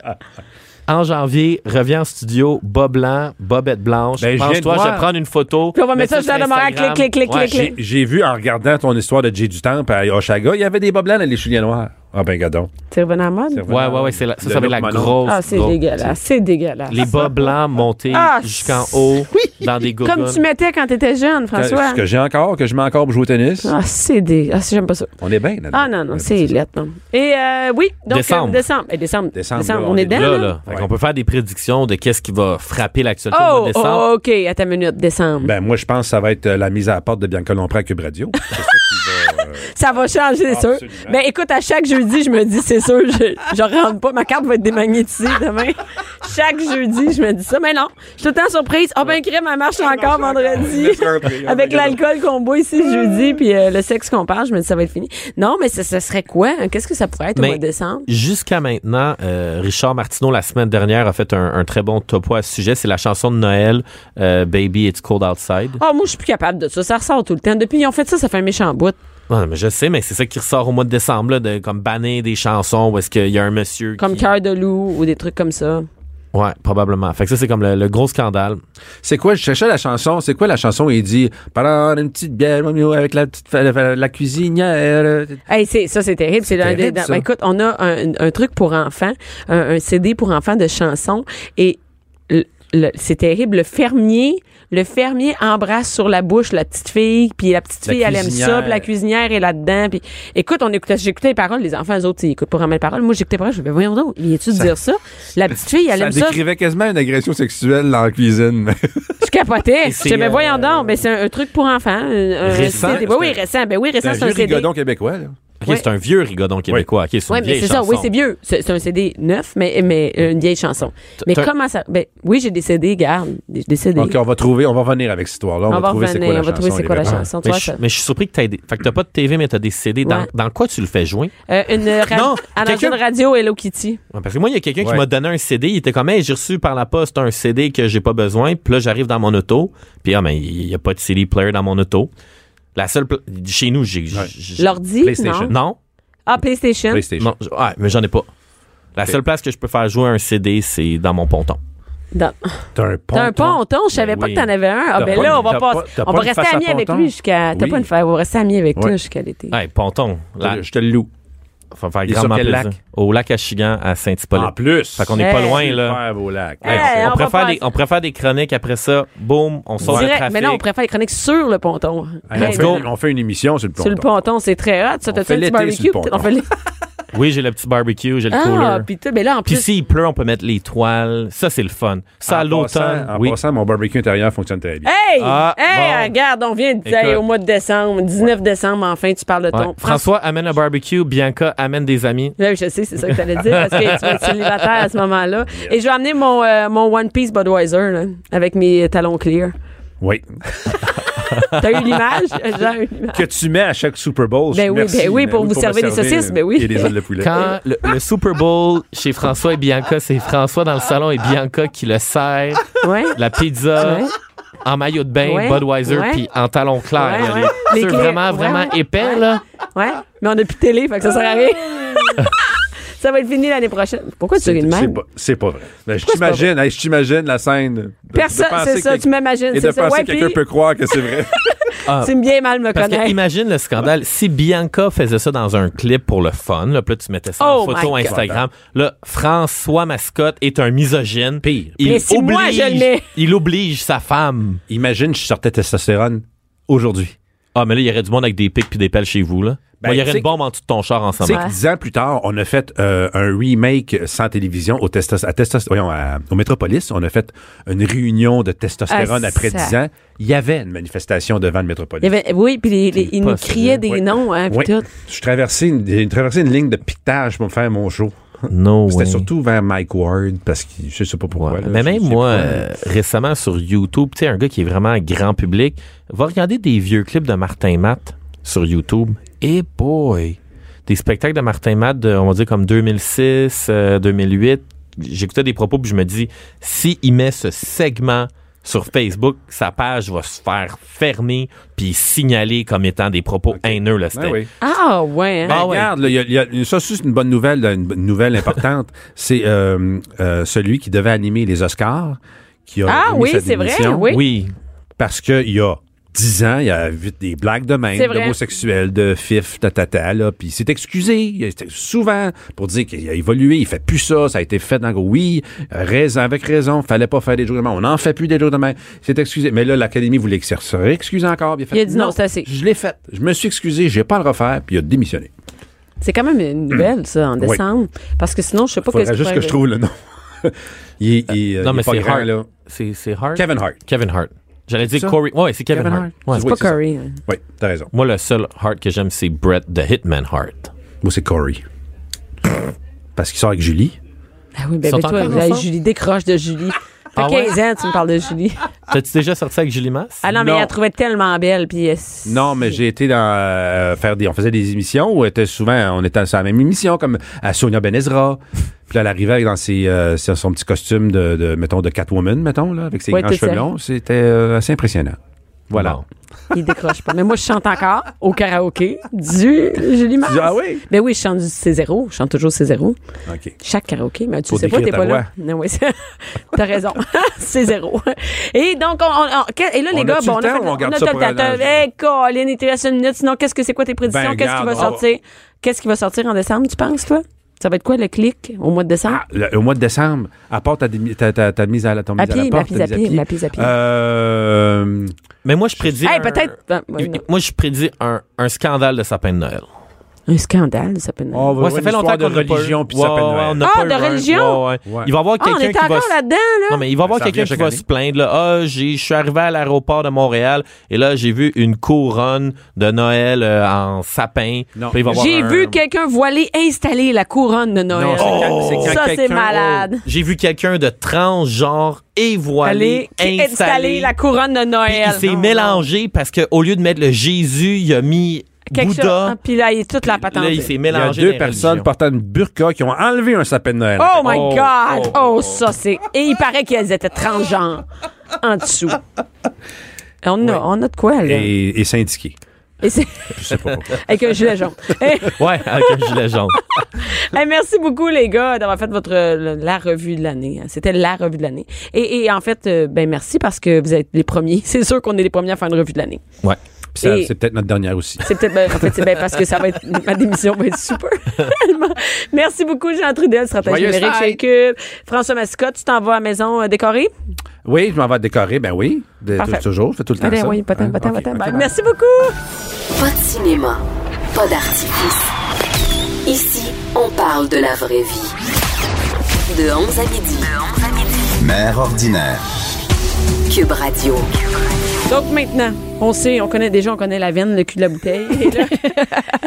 Speaker 7: en janvier, reviens en studio, bas blanc, bobette blanche.
Speaker 6: Ben, je viens de
Speaker 7: Pense-toi, je,
Speaker 6: voir.
Speaker 7: vais prendre une photo.
Speaker 3: Puis on va
Speaker 7: mets
Speaker 3: mettre ça sur la demeure,
Speaker 7: Instagram.
Speaker 3: clic, clic, clic,
Speaker 7: Ouais,
Speaker 3: clic,
Speaker 6: J'ai- J'ai vu en regardant ton histoire de Jay du Temple à Oshaga, il y avait des bas blancs dans les souliers noirs. Ah ben gadon.
Speaker 3: T'es revenu en mode?
Speaker 7: Ouais, ouais, ouais, c'est la- ça,
Speaker 6: Le
Speaker 7: ça va être la
Speaker 6: look Manon.
Speaker 7: grosse.
Speaker 3: Ah, c'est
Speaker 7: grosse-
Speaker 3: dégueulasse, c'est dégueulasse.
Speaker 7: Les bas blancs montés
Speaker 3: Ah,
Speaker 7: jusqu'en haut dans des gougounes.
Speaker 3: Comme tu mettais quand t'étais jeune, François.
Speaker 6: Ce que j'ai encore, que je mets encore pour jouer au tennis.
Speaker 3: Ah, c'est des... Ah, c'est- j'aime pas ça.
Speaker 6: On est bien Ben, là
Speaker 3: Ah non, non, c'est lettre, non. Et euh, oui, donc...
Speaker 7: Décembre.
Speaker 3: euh, décembre. Eh, décembre.
Speaker 6: Décembre,
Speaker 3: Décembre,
Speaker 6: là,
Speaker 3: on,
Speaker 6: on
Speaker 3: est
Speaker 6: est
Speaker 3: dedans,
Speaker 7: là,
Speaker 3: hein, là?
Speaker 7: là. Fait qu'on peut faire des prédictions de qu'est-ce qui va frapper l'actualité au mois
Speaker 3: Oh,
Speaker 7: de décembre.
Speaker 3: oh, OK, à ta minute, décembre.
Speaker 6: Ben moi, je pense que ça va être euh, la mise à la porte de Bianca Lompré à Cube Radio. C'est ça qui va. euh,
Speaker 3: Ça va changer, c'est sûr.
Speaker 6: Absolument.
Speaker 3: Ben écoute, à chaque jeudi, je me dis, c'est sûr, je, je rentre pas, ma carte va être démagnétisée demain. chaque jeudi, je me dis ça, mais non, je suis tout le temps surprise. Ah ben crème, elle marche encore vendredi. Avec l'alcool qu'on boit ici le jeudi, puis euh, le sexe qu'on parle, je me dis ça va être fini. Non, mais ça, ça serait quoi? hein? Qu'est-ce que ça pourrait être au
Speaker 7: Mais-
Speaker 3: mois de décembre?
Speaker 7: Jusqu'à maintenant, euh, Richard Martineau, la semaine dernière, a fait un, un très bon topo à ce sujet. C'est la chanson de Noël, euh, Baby It's Cold Outside.
Speaker 3: Ah, moi, je suis plus capable de ça. Ça ressort tout le temps. Depuis qu'ils ont fait ça, ça fait un méchant bout.
Speaker 7: Non, non, mais je sais, mais c'est ça qui ressort au mois de décembre, là, de comme banner des chansons où est-ce qu'il y a un monsieur
Speaker 3: Comme
Speaker 7: qui...
Speaker 3: cœur de loup ou des trucs comme ça.
Speaker 7: Ouais, probablement. Fait que ça, c'est comme le, le gros scandale.
Speaker 6: C'est quoi, je cherchais la chanson, c'est quoi la chanson où il dit « Prendre une petite bière moi, miou, avec la petite fa- la, la cuisinière.
Speaker 3: Hey, c'est ça, c'est terrible. C'est l'un des-
Speaker 6: terrible,
Speaker 3: dans-
Speaker 6: ça.
Speaker 3: ben, écoute, on a un, un truc pour enfants, un, un CD pour enfants de chansons et le- le- c'est terrible. Le fermier, le fermier embrasse sur la bouche la petite fille, puis la petite
Speaker 6: La
Speaker 3: fille, elle aime ça,
Speaker 6: cuisinière.
Speaker 3: puis la cuisinière est là-dedans. Puis écoute, on écoutait, j'écoutais les paroles, les enfants, eux autres, ils écoutent pas vraiment les paroles. Moi, j'écoutais les paroles, je me disais, voyons donc, il est-tu de dire ça? La petite fille, » elle
Speaker 6: Ça
Speaker 3: aime ça.
Speaker 6: décrivait quasiment une agression sexuelle dans la cuisine.
Speaker 3: Je capotais. Je
Speaker 7: c'est,
Speaker 3: disais, mais
Speaker 7: euh,
Speaker 3: voyons donc, ben, c'est un, un truc pour enfants. un- un
Speaker 7: Récent,
Speaker 3: CD. Ben oui, récent. Ben oui, récent,
Speaker 6: C'est
Speaker 3: c'est
Speaker 6: un vieux
Speaker 3: un CD.
Speaker 6: rigodon québécois. Là.
Speaker 7: OK,
Speaker 3: Ouais.
Speaker 7: C'est un vieux rigodon québécois. OK, c'est une
Speaker 3: Oui, mais
Speaker 7: vieille
Speaker 3: c'est ça.
Speaker 7: chanson.
Speaker 3: Oui, c'est vieux. C'est c'est un CD neuf, mais, mais euh, une vieille chanson. Mais
Speaker 7: t'as-
Speaker 3: comment ça. Ben, oui, j'ai des CD, garde. J'ai des CD.
Speaker 6: OK, on va trouver, on va revenir avec cette histoire-là. On,
Speaker 3: on va
Speaker 6: trouver c'est quoi
Speaker 3: revenir.
Speaker 6: la
Speaker 3: On va trouver
Speaker 6: chanson,
Speaker 3: c'est quoi la
Speaker 6: les vêtements.
Speaker 3: chanson.
Speaker 7: Ah. Mais
Speaker 3: Toi,
Speaker 7: je,
Speaker 3: ça.
Speaker 7: mais je suis surpris que t'aies des... Fait que t'as pas de TV, mais t'as des CD. Dans,
Speaker 3: Ouais.
Speaker 7: dans quoi tu le fais jouer?
Speaker 3: Euh, une euh, ra-
Speaker 7: Non,
Speaker 3: en
Speaker 7: quelqu'un-
Speaker 3: entrant de radio Hello Kitty.
Speaker 7: Ouais, Parce que moi, il y a quelqu'un qui
Speaker 6: Ouais.
Speaker 7: m'a donné un CD. Il était comme, hey, j'ai reçu par la poste un CD que j'ai pas besoin. Puis là, j'arrive dans mon auto. Puis, ah, mais il n'y a pas de CD player dans mon auto. La seule. pla- Chez nous, j'ai. j'ai- j'ai-
Speaker 3: L'ordi.
Speaker 6: PlayStation.
Speaker 3: Non.
Speaker 7: Non?
Speaker 3: Ah, PlayStation.
Speaker 6: PlayStation.
Speaker 7: Non. j- Ouais, mais j'en ai pas. La seule place que je peux faire jouer un CD, c'est dans mon ponton.
Speaker 3: Dans-
Speaker 6: T'as un pont.
Speaker 3: T'as un ponton. Je savais
Speaker 7: Ben
Speaker 3: pas
Speaker 7: oui.
Speaker 3: que t'en avais un. Ah,
Speaker 6: T'as
Speaker 3: ben
Speaker 6: pas
Speaker 3: là,
Speaker 6: une-
Speaker 3: on va
Speaker 6: t'as
Speaker 3: pas.
Speaker 6: pas- t'as
Speaker 3: on va
Speaker 6: pas une
Speaker 3: rester
Speaker 6: face à
Speaker 3: amis avec
Speaker 6: ponton.
Speaker 3: lui jusqu'à. T'as
Speaker 6: Oui.
Speaker 3: pas une fa- On va rester amis avec
Speaker 6: Ouais.
Speaker 3: toi jusqu'à l'été.
Speaker 7: Hey, ponton. Là,
Speaker 6: Je te le loue.
Speaker 7: faut faire
Speaker 6: Il est
Speaker 7: grandement
Speaker 6: sur quel
Speaker 7: plaisir.
Speaker 6: lac?
Speaker 7: Au lac Achigan à
Speaker 6: En
Speaker 7: Saint-Hippolyte.
Speaker 6: plus.
Speaker 7: Fait qu'on n'est pas
Speaker 3: Hey.
Speaker 7: loin, là.
Speaker 6: Super beau lac.
Speaker 3: Hey,
Speaker 6: Hey,
Speaker 3: on
Speaker 7: on,
Speaker 3: va
Speaker 7: préfère
Speaker 3: faire-
Speaker 7: des, on préfère des chroniques après ça. Boum, on sort le
Speaker 3: Direct.
Speaker 7: trafic.
Speaker 3: Mais là, on préfère les chroniques sur le ponton.
Speaker 6: on,
Speaker 3: Hey,
Speaker 6: fait,
Speaker 3: ben,
Speaker 6: une- on fait une émission sur le ponton.
Speaker 3: Sur le ponton, c'est très hot. Ça,
Speaker 6: On
Speaker 3: t'as fait
Speaker 6: fait
Speaker 3: le
Speaker 6: l'été sur
Speaker 3: barbecue.
Speaker 6: le
Speaker 3: peut-être,
Speaker 6: ponton.
Speaker 3: on fait le-
Speaker 7: Oui, j'ai le petit barbecue, j'ai le
Speaker 3: Ah,
Speaker 7: cooler.
Speaker 3: puis tout. Mais là, en
Speaker 7: Puis
Speaker 3: plus.
Speaker 7: s'il pleut, on peut mettre les toiles. Ça, c'est le fun. Ça, à
Speaker 6: En
Speaker 7: l'automne.
Speaker 6: passant- En
Speaker 7: Oui.
Speaker 6: passant, mon barbecue intérieur fonctionne très bien.
Speaker 3: Hey!
Speaker 7: Ah,
Speaker 3: hey,
Speaker 7: bon.
Speaker 3: regarde, on vient de
Speaker 7: Écoute.
Speaker 3: hey, au mois de décembre, 19 décembre, enfin, tu parles de
Speaker 7: Ouais.
Speaker 3: ton.
Speaker 7: François amène un barbecue, Bianca amène des amis.
Speaker 3: Là, je sais, c'est ça que t'allais dire, parce que tu vas être célibataire à ce moment-là. Et je vais amener mon, euh, mon One Piece Budweiser, là, avec mes talons clear.
Speaker 6: Oui.
Speaker 3: T'as eu l'image? J'ai eu l'image.
Speaker 6: que tu mets à chaque Super Bowl.
Speaker 3: Ben
Speaker 6: je-
Speaker 3: oui,
Speaker 6: merci,
Speaker 3: ben oui,
Speaker 6: mais
Speaker 3: pour vous
Speaker 6: me euh,
Speaker 3: servir des saucisses, ben oui.
Speaker 6: Et des ailes de poulet.
Speaker 7: Quand le, le Super Bowl chez François et Bianca, c'est François dans le salon et Bianca qui le sert.
Speaker 3: Ah Ouais.
Speaker 7: La pizza,
Speaker 3: Ouais.
Speaker 7: en maillot de bain,
Speaker 3: Ouais,
Speaker 7: Budweiser,
Speaker 3: ouais.
Speaker 7: puis en talons clairs.
Speaker 3: Ouais,
Speaker 7: là,
Speaker 3: ouais.
Speaker 7: Les
Speaker 3: Les
Speaker 7: ceux
Speaker 3: clés,
Speaker 7: vraiment,
Speaker 3: ouais,
Speaker 7: vraiment
Speaker 3: ouais.
Speaker 7: épais, là.
Speaker 3: Ouais, mais on n'a plus de télé, fait que ça sert à rien. ça va être fini l'année prochaine. Pourquoi tu ris de
Speaker 6: C'est
Speaker 3: même?
Speaker 6: pas, c'est pas vrai. Ben, je t'imagine, hey, je t'imagine la scène. de- de
Speaker 3: Personne,
Speaker 6: penser
Speaker 3: c'est ça,
Speaker 6: que-
Speaker 3: tu m'imagines,
Speaker 6: Et de
Speaker 3: c'est ça.
Speaker 6: penser
Speaker 3: Ouais,
Speaker 6: que quelqu'un
Speaker 3: puis-
Speaker 6: peut croire que c'est vrai.
Speaker 3: Tu me bien mal me
Speaker 7: Parce que
Speaker 3: connaître.
Speaker 7: imagine le scandale. Si Bianca faisait ça dans un clip pour le fun, là, puis là, tu mettais ça
Speaker 3: Oh
Speaker 7: en photo
Speaker 3: my God.
Speaker 7: Instagram, là, François Mascotte est un misogyne.
Speaker 6: Pire.
Speaker 7: Il
Speaker 3: Mais si moi, je le mets.
Speaker 7: il oblige sa femme.
Speaker 6: Imagine, je sortais testostérone aujourd'hui.
Speaker 7: Ah, mais là, il y aurait du monde avec des pics puis des pelles chez vous, là.
Speaker 6: Ben,
Speaker 7: Moi, il y
Speaker 6: tu
Speaker 7: aurait
Speaker 6: sais
Speaker 7: une bombe en dessous de ton char
Speaker 6: Tu sais
Speaker 7: ensemble.
Speaker 6: que dix ans plus tard, on a fait euh, un remake sans télévision au, testos à testos voyons, à- au Métropolis. On a fait une réunion de testostérone
Speaker 3: Ah,
Speaker 6: après
Speaker 3: ça.
Speaker 6: 10 ans. Il y avait une manifestation devant le Métropolis.
Speaker 3: Il y avait- oui, puis les- les- ils
Speaker 7: pas
Speaker 3: nous criaient des
Speaker 6: sérieux.
Speaker 3: noms, hein, puis
Speaker 6: Oui.
Speaker 3: tout.
Speaker 6: Je traversais une, j'ai traversé une ligne de piquetage pour me faire mon show.
Speaker 7: No
Speaker 6: C'était
Speaker 7: way.
Speaker 6: surtout vers Mike Ward parce que je sais pas pourquoi.
Speaker 7: Ouais.
Speaker 6: là,
Speaker 7: mais
Speaker 6: je
Speaker 7: même
Speaker 6: sais
Speaker 7: moi,
Speaker 6: pas.
Speaker 7: euh, récemment sur YouTube, tu sais, un gars qui est vraiment grand public, va regarder des vieux clips de Martin Matt sur YouTube. Et boy! Des spectacles de Martin Matt, de, on va dire comme 2006, euh, 2008. J'écoutais des propos puis je me dis, si il met ce segment sur Facebook, sa page va se faire fermer puis signaler comme étant des propos haineux. Là,
Speaker 6: Ah
Speaker 7: c'était-
Speaker 6: oui.
Speaker 3: Ah, ouais, hein.
Speaker 7: Ah ouais.
Speaker 6: Ben, Regarde, là, il y a- il y a- ça, c'est une bonne nouvelle, là, une bonne nouvelle importante. c'est euh, euh, celui qui devait animer les Oscars. Qui a
Speaker 3: Ah
Speaker 6: remis
Speaker 3: oui,
Speaker 6: sa
Speaker 3: c'est vrai,
Speaker 6: démission
Speaker 3: oui.
Speaker 7: oui.
Speaker 6: Parce qu'il y a 10 ans, il y a eu des blagues de même,
Speaker 3: C'est vrai.
Speaker 6: d'homosexuels, de fif, tatata, là. Puis il s'est excusé, il a- souvent, pour dire qu'il a évolué, il fait plus ça, ça a été fait dans le gros. Oui, euh, raison, avec raison, fallait pas faire des jours de même. On n'en fait plus des jours de même. Il s'est excusé. Mais là, l'Académie voulait qu'il se réexcuse encore. puis
Speaker 3: Il a dit non, c'est assez.
Speaker 6: Je l'ai fait. Je me suis excusé, j'ai pas à le refaire, puis il a démissionné.
Speaker 3: C'est quand même une nouvelle, ça, en
Speaker 6: Oui.
Speaker 3: décembre. Parce que sinon, je sais pas
Speaker 6: Faudrait
Speaker 3: qu'est-ce
Speaker 6: juste
Speaker 3: pourrait
Speaker 6: que je
Speaker 3: arriver.
Speaker 6: trouve le nom. il est, il est-
Speaker 7: Non,
Speaker 6: Euh, il est
Speaker 7: mais
Speaker 6: pas
Speaker 7: c'est
Speaker 6: grand,
Speaker 7: Hart.
Speaker 6: là.
Speaker 7: C'est c'est Hart.
Speaker 6: Kevin Hart.
Speaker 7: Kevin Hart. J'allais dire
Speaker 6: ça?
Speaker 7: Corey. Ouais, c'est Kevin,
Speaker 6: Kevin
Speaker 7: Hart.
Speaker 6: Hart.
Speaker 7: Ouais.
Speaker 6: C'est
Speaker 3: C'est
Speaker 6: Oui,
Speaker 3: pas
Speaker 6: c'est ça.
Speaker 3: Corey. hein.
Speaker 6: Oui, t'as raison.
Speaker 7: Moi, le seul Hart que j'aime, c'est Brett the Hitman Hart.
Speaker 6: Moi, c'est Corey. Parce qu'il sort avec Julie.
Speaker 3: Ah oui, ben,
Speaker 7: Ils sont
Speaker 3: ben toi,
Speaker 7: encore
Speaker 3: là,
Speaker 7: ensemble?
Speaker 3: Julie, décroche de Julie. Fait
Speaker 7: Ah ouais?
Speaker 3: 15 ans, tu me parles de Julie.
Speaker 7: T'as-tu déjà sorti avec Julie Masse?
Speaker 3: Ah non, mais
Speaker 6: Non.
Speaker 3: elle la trouvait tellement belle, puis... elle s-
Speaker 6: Non, mais j'ai été dans euh, faire des, on faisait des émissions où était souvent, on était sur la même émission comme à Sonia Benezra. Puis là, elle arrivait dans ses, euh, ses- son petit costume de, de, mettons, de Catwoman, mettons là, avec ses
Speaker 3: Ouais,
Speaker 6: grands
Speaker 3: t'es
Speaker 6: cheveux
Speaker 3: sérieux.
Speaker 6: longs. C'était euh, assez impressionnant. Voilà.
Speaker 7: Bon.
Speaker 3: Il décroche pas. Mais moi, je chante encore au karaoké du Julie Mars.
Speaker 6: dis, ah oui?
Speaker 3: Ben oui, je chante du C0. Je chante toujours C0.
Speaker 6: Ok.
Speaker 3: Chaque karaoké. Mais tu
Speaker 6: Pour
Speaker 3: sais pas, t'es
Speaker 6: décrire
Speaker 3: pas
Speaker 6: ta
Speaker 3: là. Non, oui, c'est- t'as raison. C0. Et donc, on, on- on- que- et là, les
Speaker 6: On
Speaker 3: gars,
Speaker 6: a-tu
Speaker 3: bon, on
Speaker 6: le
Speaker 3: a
Speaker 6: temps
Speaker 3: fait,
Speaker 6: ou on garde
Speaker 3: a
Speaker 6: ça
Speaker 3: tout
Speaker 6: pour
Speaker 3: le
Speaker 6: un
Speaker 3: temps.
Speaker 6: an?
Speaker 3: Hey, Colin, il te reste une minute. Sinon, qu'est-ce que c'est quoi tes prédictions?
Speaker 6: Ben,
Speaker 3: qu'est-ce qui
Speaker 6: garde,
Speaker 3: va
Speaker 6: on va-
Speaker 3: sortir? Qu'est-ce qui va sortir en décembre, tu penses, toi? Ça va être quoi, le clic, au mois de décembre?
Speaker 6: Ah, le- au mois de décembre, à part ta, démi- ta, ta, ta mise à la, ton
Speaker 3: À
Speaker 6: mise Ah, à la
Speaker 3: pied,
Speaker 6: porte,
Speaker 3: ma
Speaker 6: ta
Speaker 3: mise à pied, ma mise à pied.
Speaker 6: Euh,
Speaker 7: Mais moi, je prédis.
Speaker 3: Hey,
Speaker 7: un-
Speaker 3: peut-être- Ben, ouais,
Speaker 7: Il-
Speaker 3: non.
Speaker 7: Moi, je prédis un, un scandale de sapin de Noël.
Speaker 3: Un scandale, ça peut être.
Speaker 6: on va
Speaker 7: Ouais,
Speaker 6: voir une histoire de
Speaker 7: qu'on n'a pas eu-
Speaker 6: religion puis
Speaker 7: Ouais,
Speaker 6: ça s'appelle
Speaker 7: ouais,
Speaker 6: Noël.
Speaker 7: on n'a
Speaker 3: Ah,
Speaker 7: pas eu
Speaker 3: de
Speaker 7: un-
Speaker 3: religion?
Speaker 7: ouais, ouais.
Speaker 6: Ouais.
Speaker 7: Il va y avoir
Speaker 3: Ah, on
Speaker 7: quelqu'un
Speaker 3: est
Speaker 7: qui va.
Speaker 3: encore
Speaker 7: s-
Speaker 3: là-dedans, là.
Speaker 7: Non, mais il va y avoir
Speaker 6: Ça
Speaker 7: quelqu'un
Speaker 6: revient
Speaker 7: qui
Speaker 6: chaque
Speaker 7: va
Speaker 6: année.
Speaker 7: se plaindre. là. Ah, j'ai- je suis arrivé à l'aéroport de Montréal et là, j'ai vu une couronne de Noël euh, en sapin.
Speaker 6: Non.
Speaker 7: Puis il va y avoir
Speaker 3: J'ai
Speaker 7: un-
Speaker 3: vu quelqu'un voilé installer la couronne de Noël.
Speaker 6: Non, oh! c'est quand- c'est quand
Speaker 3: ça, c'est
Speaker 6: quelqu'un-
Speaker 3: malade.
Speaker 7: J'ai vu quelqu'un de transgenre et
Speaker 3: Allez,
Speaker 7: voilé
Speaker 3: installer
Speaker 7: installé.
Speaker 3: la couronne de
Speaker 7: Puis
Speaker 3: Noël.
Speaker 7: il s'est mélangé parce qu'au lieu de mettre le Jésus, il a mis
Speaker 3: Quelque chose.
Speaker 7: Bouddha.
Speaker 3: hein, Puis là, il est toute la patente.
Speaker 7: Là, il
Speaker 6: Il
Speaker 7: s'est
Speaker 6: y a
Speaker 7: mélangé.
Speaker 6: deux
Speaker 7: dans les
Speaker 6: personnes
Speaker 7: religions.
Speaker 6: portant une burqa qui ont enlevé un sapin de Noël.
Speaker 3: Oh my
Speaker 7: Oh,
Speaker 3: God!
Speaker 7: oh,
Speaker 3: Oh, ça, c'est. Et il paraît qu'elles étaient transgenres en dessous. Et On a, on a de quoi, là? Et,
Speaker 6: Et, et syndiqué.
Speaker 3: c'est-
Speaker 6: Je sais pas pourquoi.
Speaker 3: avec un gilet jaune. Eh,
Speaker 7: Ouais, avec un gilet jaune.
Speaker 3: eh, merci beaucoup, les gars, d'avoir fait votre euh, la revue de l'année. hein. C'était la revue de l'année. Et, et en fait, euh, ben merci parce que vous êtes les premiers. C'est sûr qu'on est les premiers à faire une revue de l'année.
Speaker 7: Ouais.
Speaker 6: Puis ça,
Speaker 3: Et-
Speaker 6: c'est peut-être notre dernière aussi.
Speaker 3: C'est peut-être, ben, en fait, c'est bien parce que ça va être, ma démission va être super. tellement. Merci beaucoup, Jean Trudel, stratège
Speaker 6: Joyeuses
Speaker 3: numérique chez Cube. François Mascotte, tu t'en vas à la maison euh, décorée?
Speaker 6: Oui, je m'en vais décorer, ben oui. De-
Speaker 3: Parfait.
Speaker 6: toujours, je fais tout le temps
Speaker 3: Ben
Speaker 6: ça.
Speaker 3: oui, patin,
Speaker 6: Hein?
Speaker 3: patin,
Speaker 6: Ok,
Speaker 3: patin.
Speaker 6: ok.
Speaker 3: Ben, Merci beaucoup.
Speaker 1: Pas de cinéma, pas d'artifice. Ici, on parle de la vraie vie. De 11 à midi.
Speaker 2: Mère ordinaire.
Speaker 1: Cube Radio.
Speaker 3: Donc maintenant, on sait, on connaît déjà, on connaît la veine, le cul de la bouteille. Et là-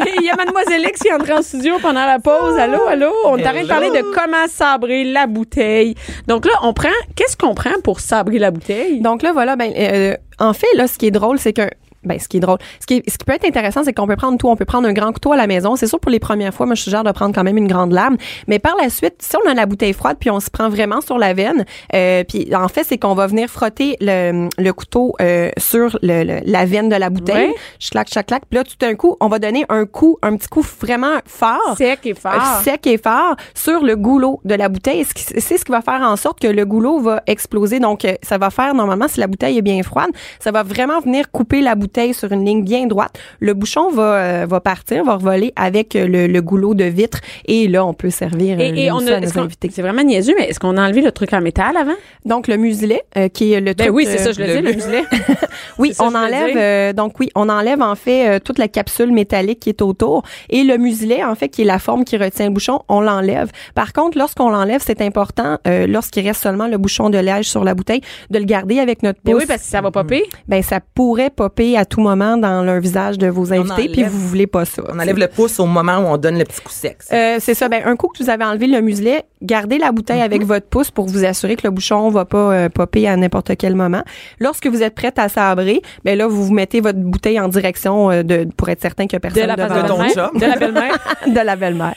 Speaker 3: Et il y a Mademoiselle X qui est entrée en studio pendant la pause. Allô, allô? On est en train de parler de comment sabrer la bouteille. Donc là, on prend, qu'est-ce qu'on prend pour sabrer la bouteille?
Speaker 5: euh, Donc là, voilà, ben, euh, en fait, là, ce qui est drôle, c'est que ben, ce qui est drôle. Ce qui, est- ce qui peut être intéressant, c'est qu'on peut prendre tout. On peut prendre un grand couteau à la maison. C'est sûr, pour les premières fois, moi, je suggère de prendre quand même une grande lame. Mais par la suite, si on a la bouteille froide, puis on se prend vraiment sur la veine, euh, puis en fait, c'est qu'on va venir frotter le, le couteau euh, sur le- le- la veine de la bouteille.
Speaker 3: Ouais.
Speaker 5: Chlac, chlac, chlac. Puis là, tout d'un coup, on va donner un coup, un petit coup vraiment fort.
Speaker 3: Sec et fort.
Speaker 5: Euh, sec et fort sur le goulot de la bouteille. Ce qui- C'est ce qui va faire en sorte que le goulot va exploser. Donc, euh, ça va faire, normalement, si la bouteille est bien froide, ça va vraiment venir couper la bouteille sur une ligne bien droite. Le bouchon va, euh, va partir, va revoler avec euh, le, le goulot de vitre. Et là, on peut servir euh,
Speaker 3: Et, et
Speaker 5: le
Speaker 3: on
Speaker 5: mousse à
Speaker 3: a,
Speaker 5: nos
Speaker 3: est-ce qu'on-
Speaker 5: invités.
Speaker 3: c'est vraiment niaiseux, mais est-ce qu'on a enlevé le truc en métal avant?
Speaker 5: Donc, le muselet, euh, qui est le
Speaker 3: Ben
Speaker 5: truc,
Speaker 3: oui, c'est
Speaker 5: euh,
Speaker 3: ça, je le dis, le muselet.
Speaker 5: oui,
Speaker 3: C'est ça que
Speaker 5: on
Speaker 3: je voulais
Speaker 5: enlève
Speaker 3: dire.
Speaker 5: euh, donc oui, on enlève en fait euh, toute la capsule métallique qui est autour et le muselet en fait qui est la forme qui retient le bouchon, on l'enlève. Par contre, lorsqu'on l'enlève, c'est important euh, lorsqu'il reste seulement le bouchon de liège sur la bouteille de le garder avec notre
Speaker 3: Ben
Speaker 5: pouce.
Speaker 3: oui, parce que ça va popper.
Speaker 5: Ben, ça pourrait popper à tout moment dans le visage de vos invités puis
Speaker 4: enlève-
Speaker 5: vous voulez pas ça.
Speaker 4: On enlève le pouce au moment où on donne le petit coup sec.
Speaker 5: Euh, c'est ça. Ben, un coup que vous avez enlevé le muselet, gardez la bouteille
Speaker 3: Mhm.
Speaker 5: avec votre pouce pour vous assurer que le bouchon va pas euh, popper à n'importe quel moment. Lorsque vous êtes prête à sabrer, ben là, vous vous mettez votre bouteille en direction euh, de, pour être certain que
Speaker 3: De
Speaker 5: personne
Speaker 3: la face
Speaker 5: devant
Speaker 3: de
Speaker 4: ton
Speaker 3: la mère.
Speaker 4: chum.
Speaker 3: De la belle-mère.
Speaker 5: de la belle-mère.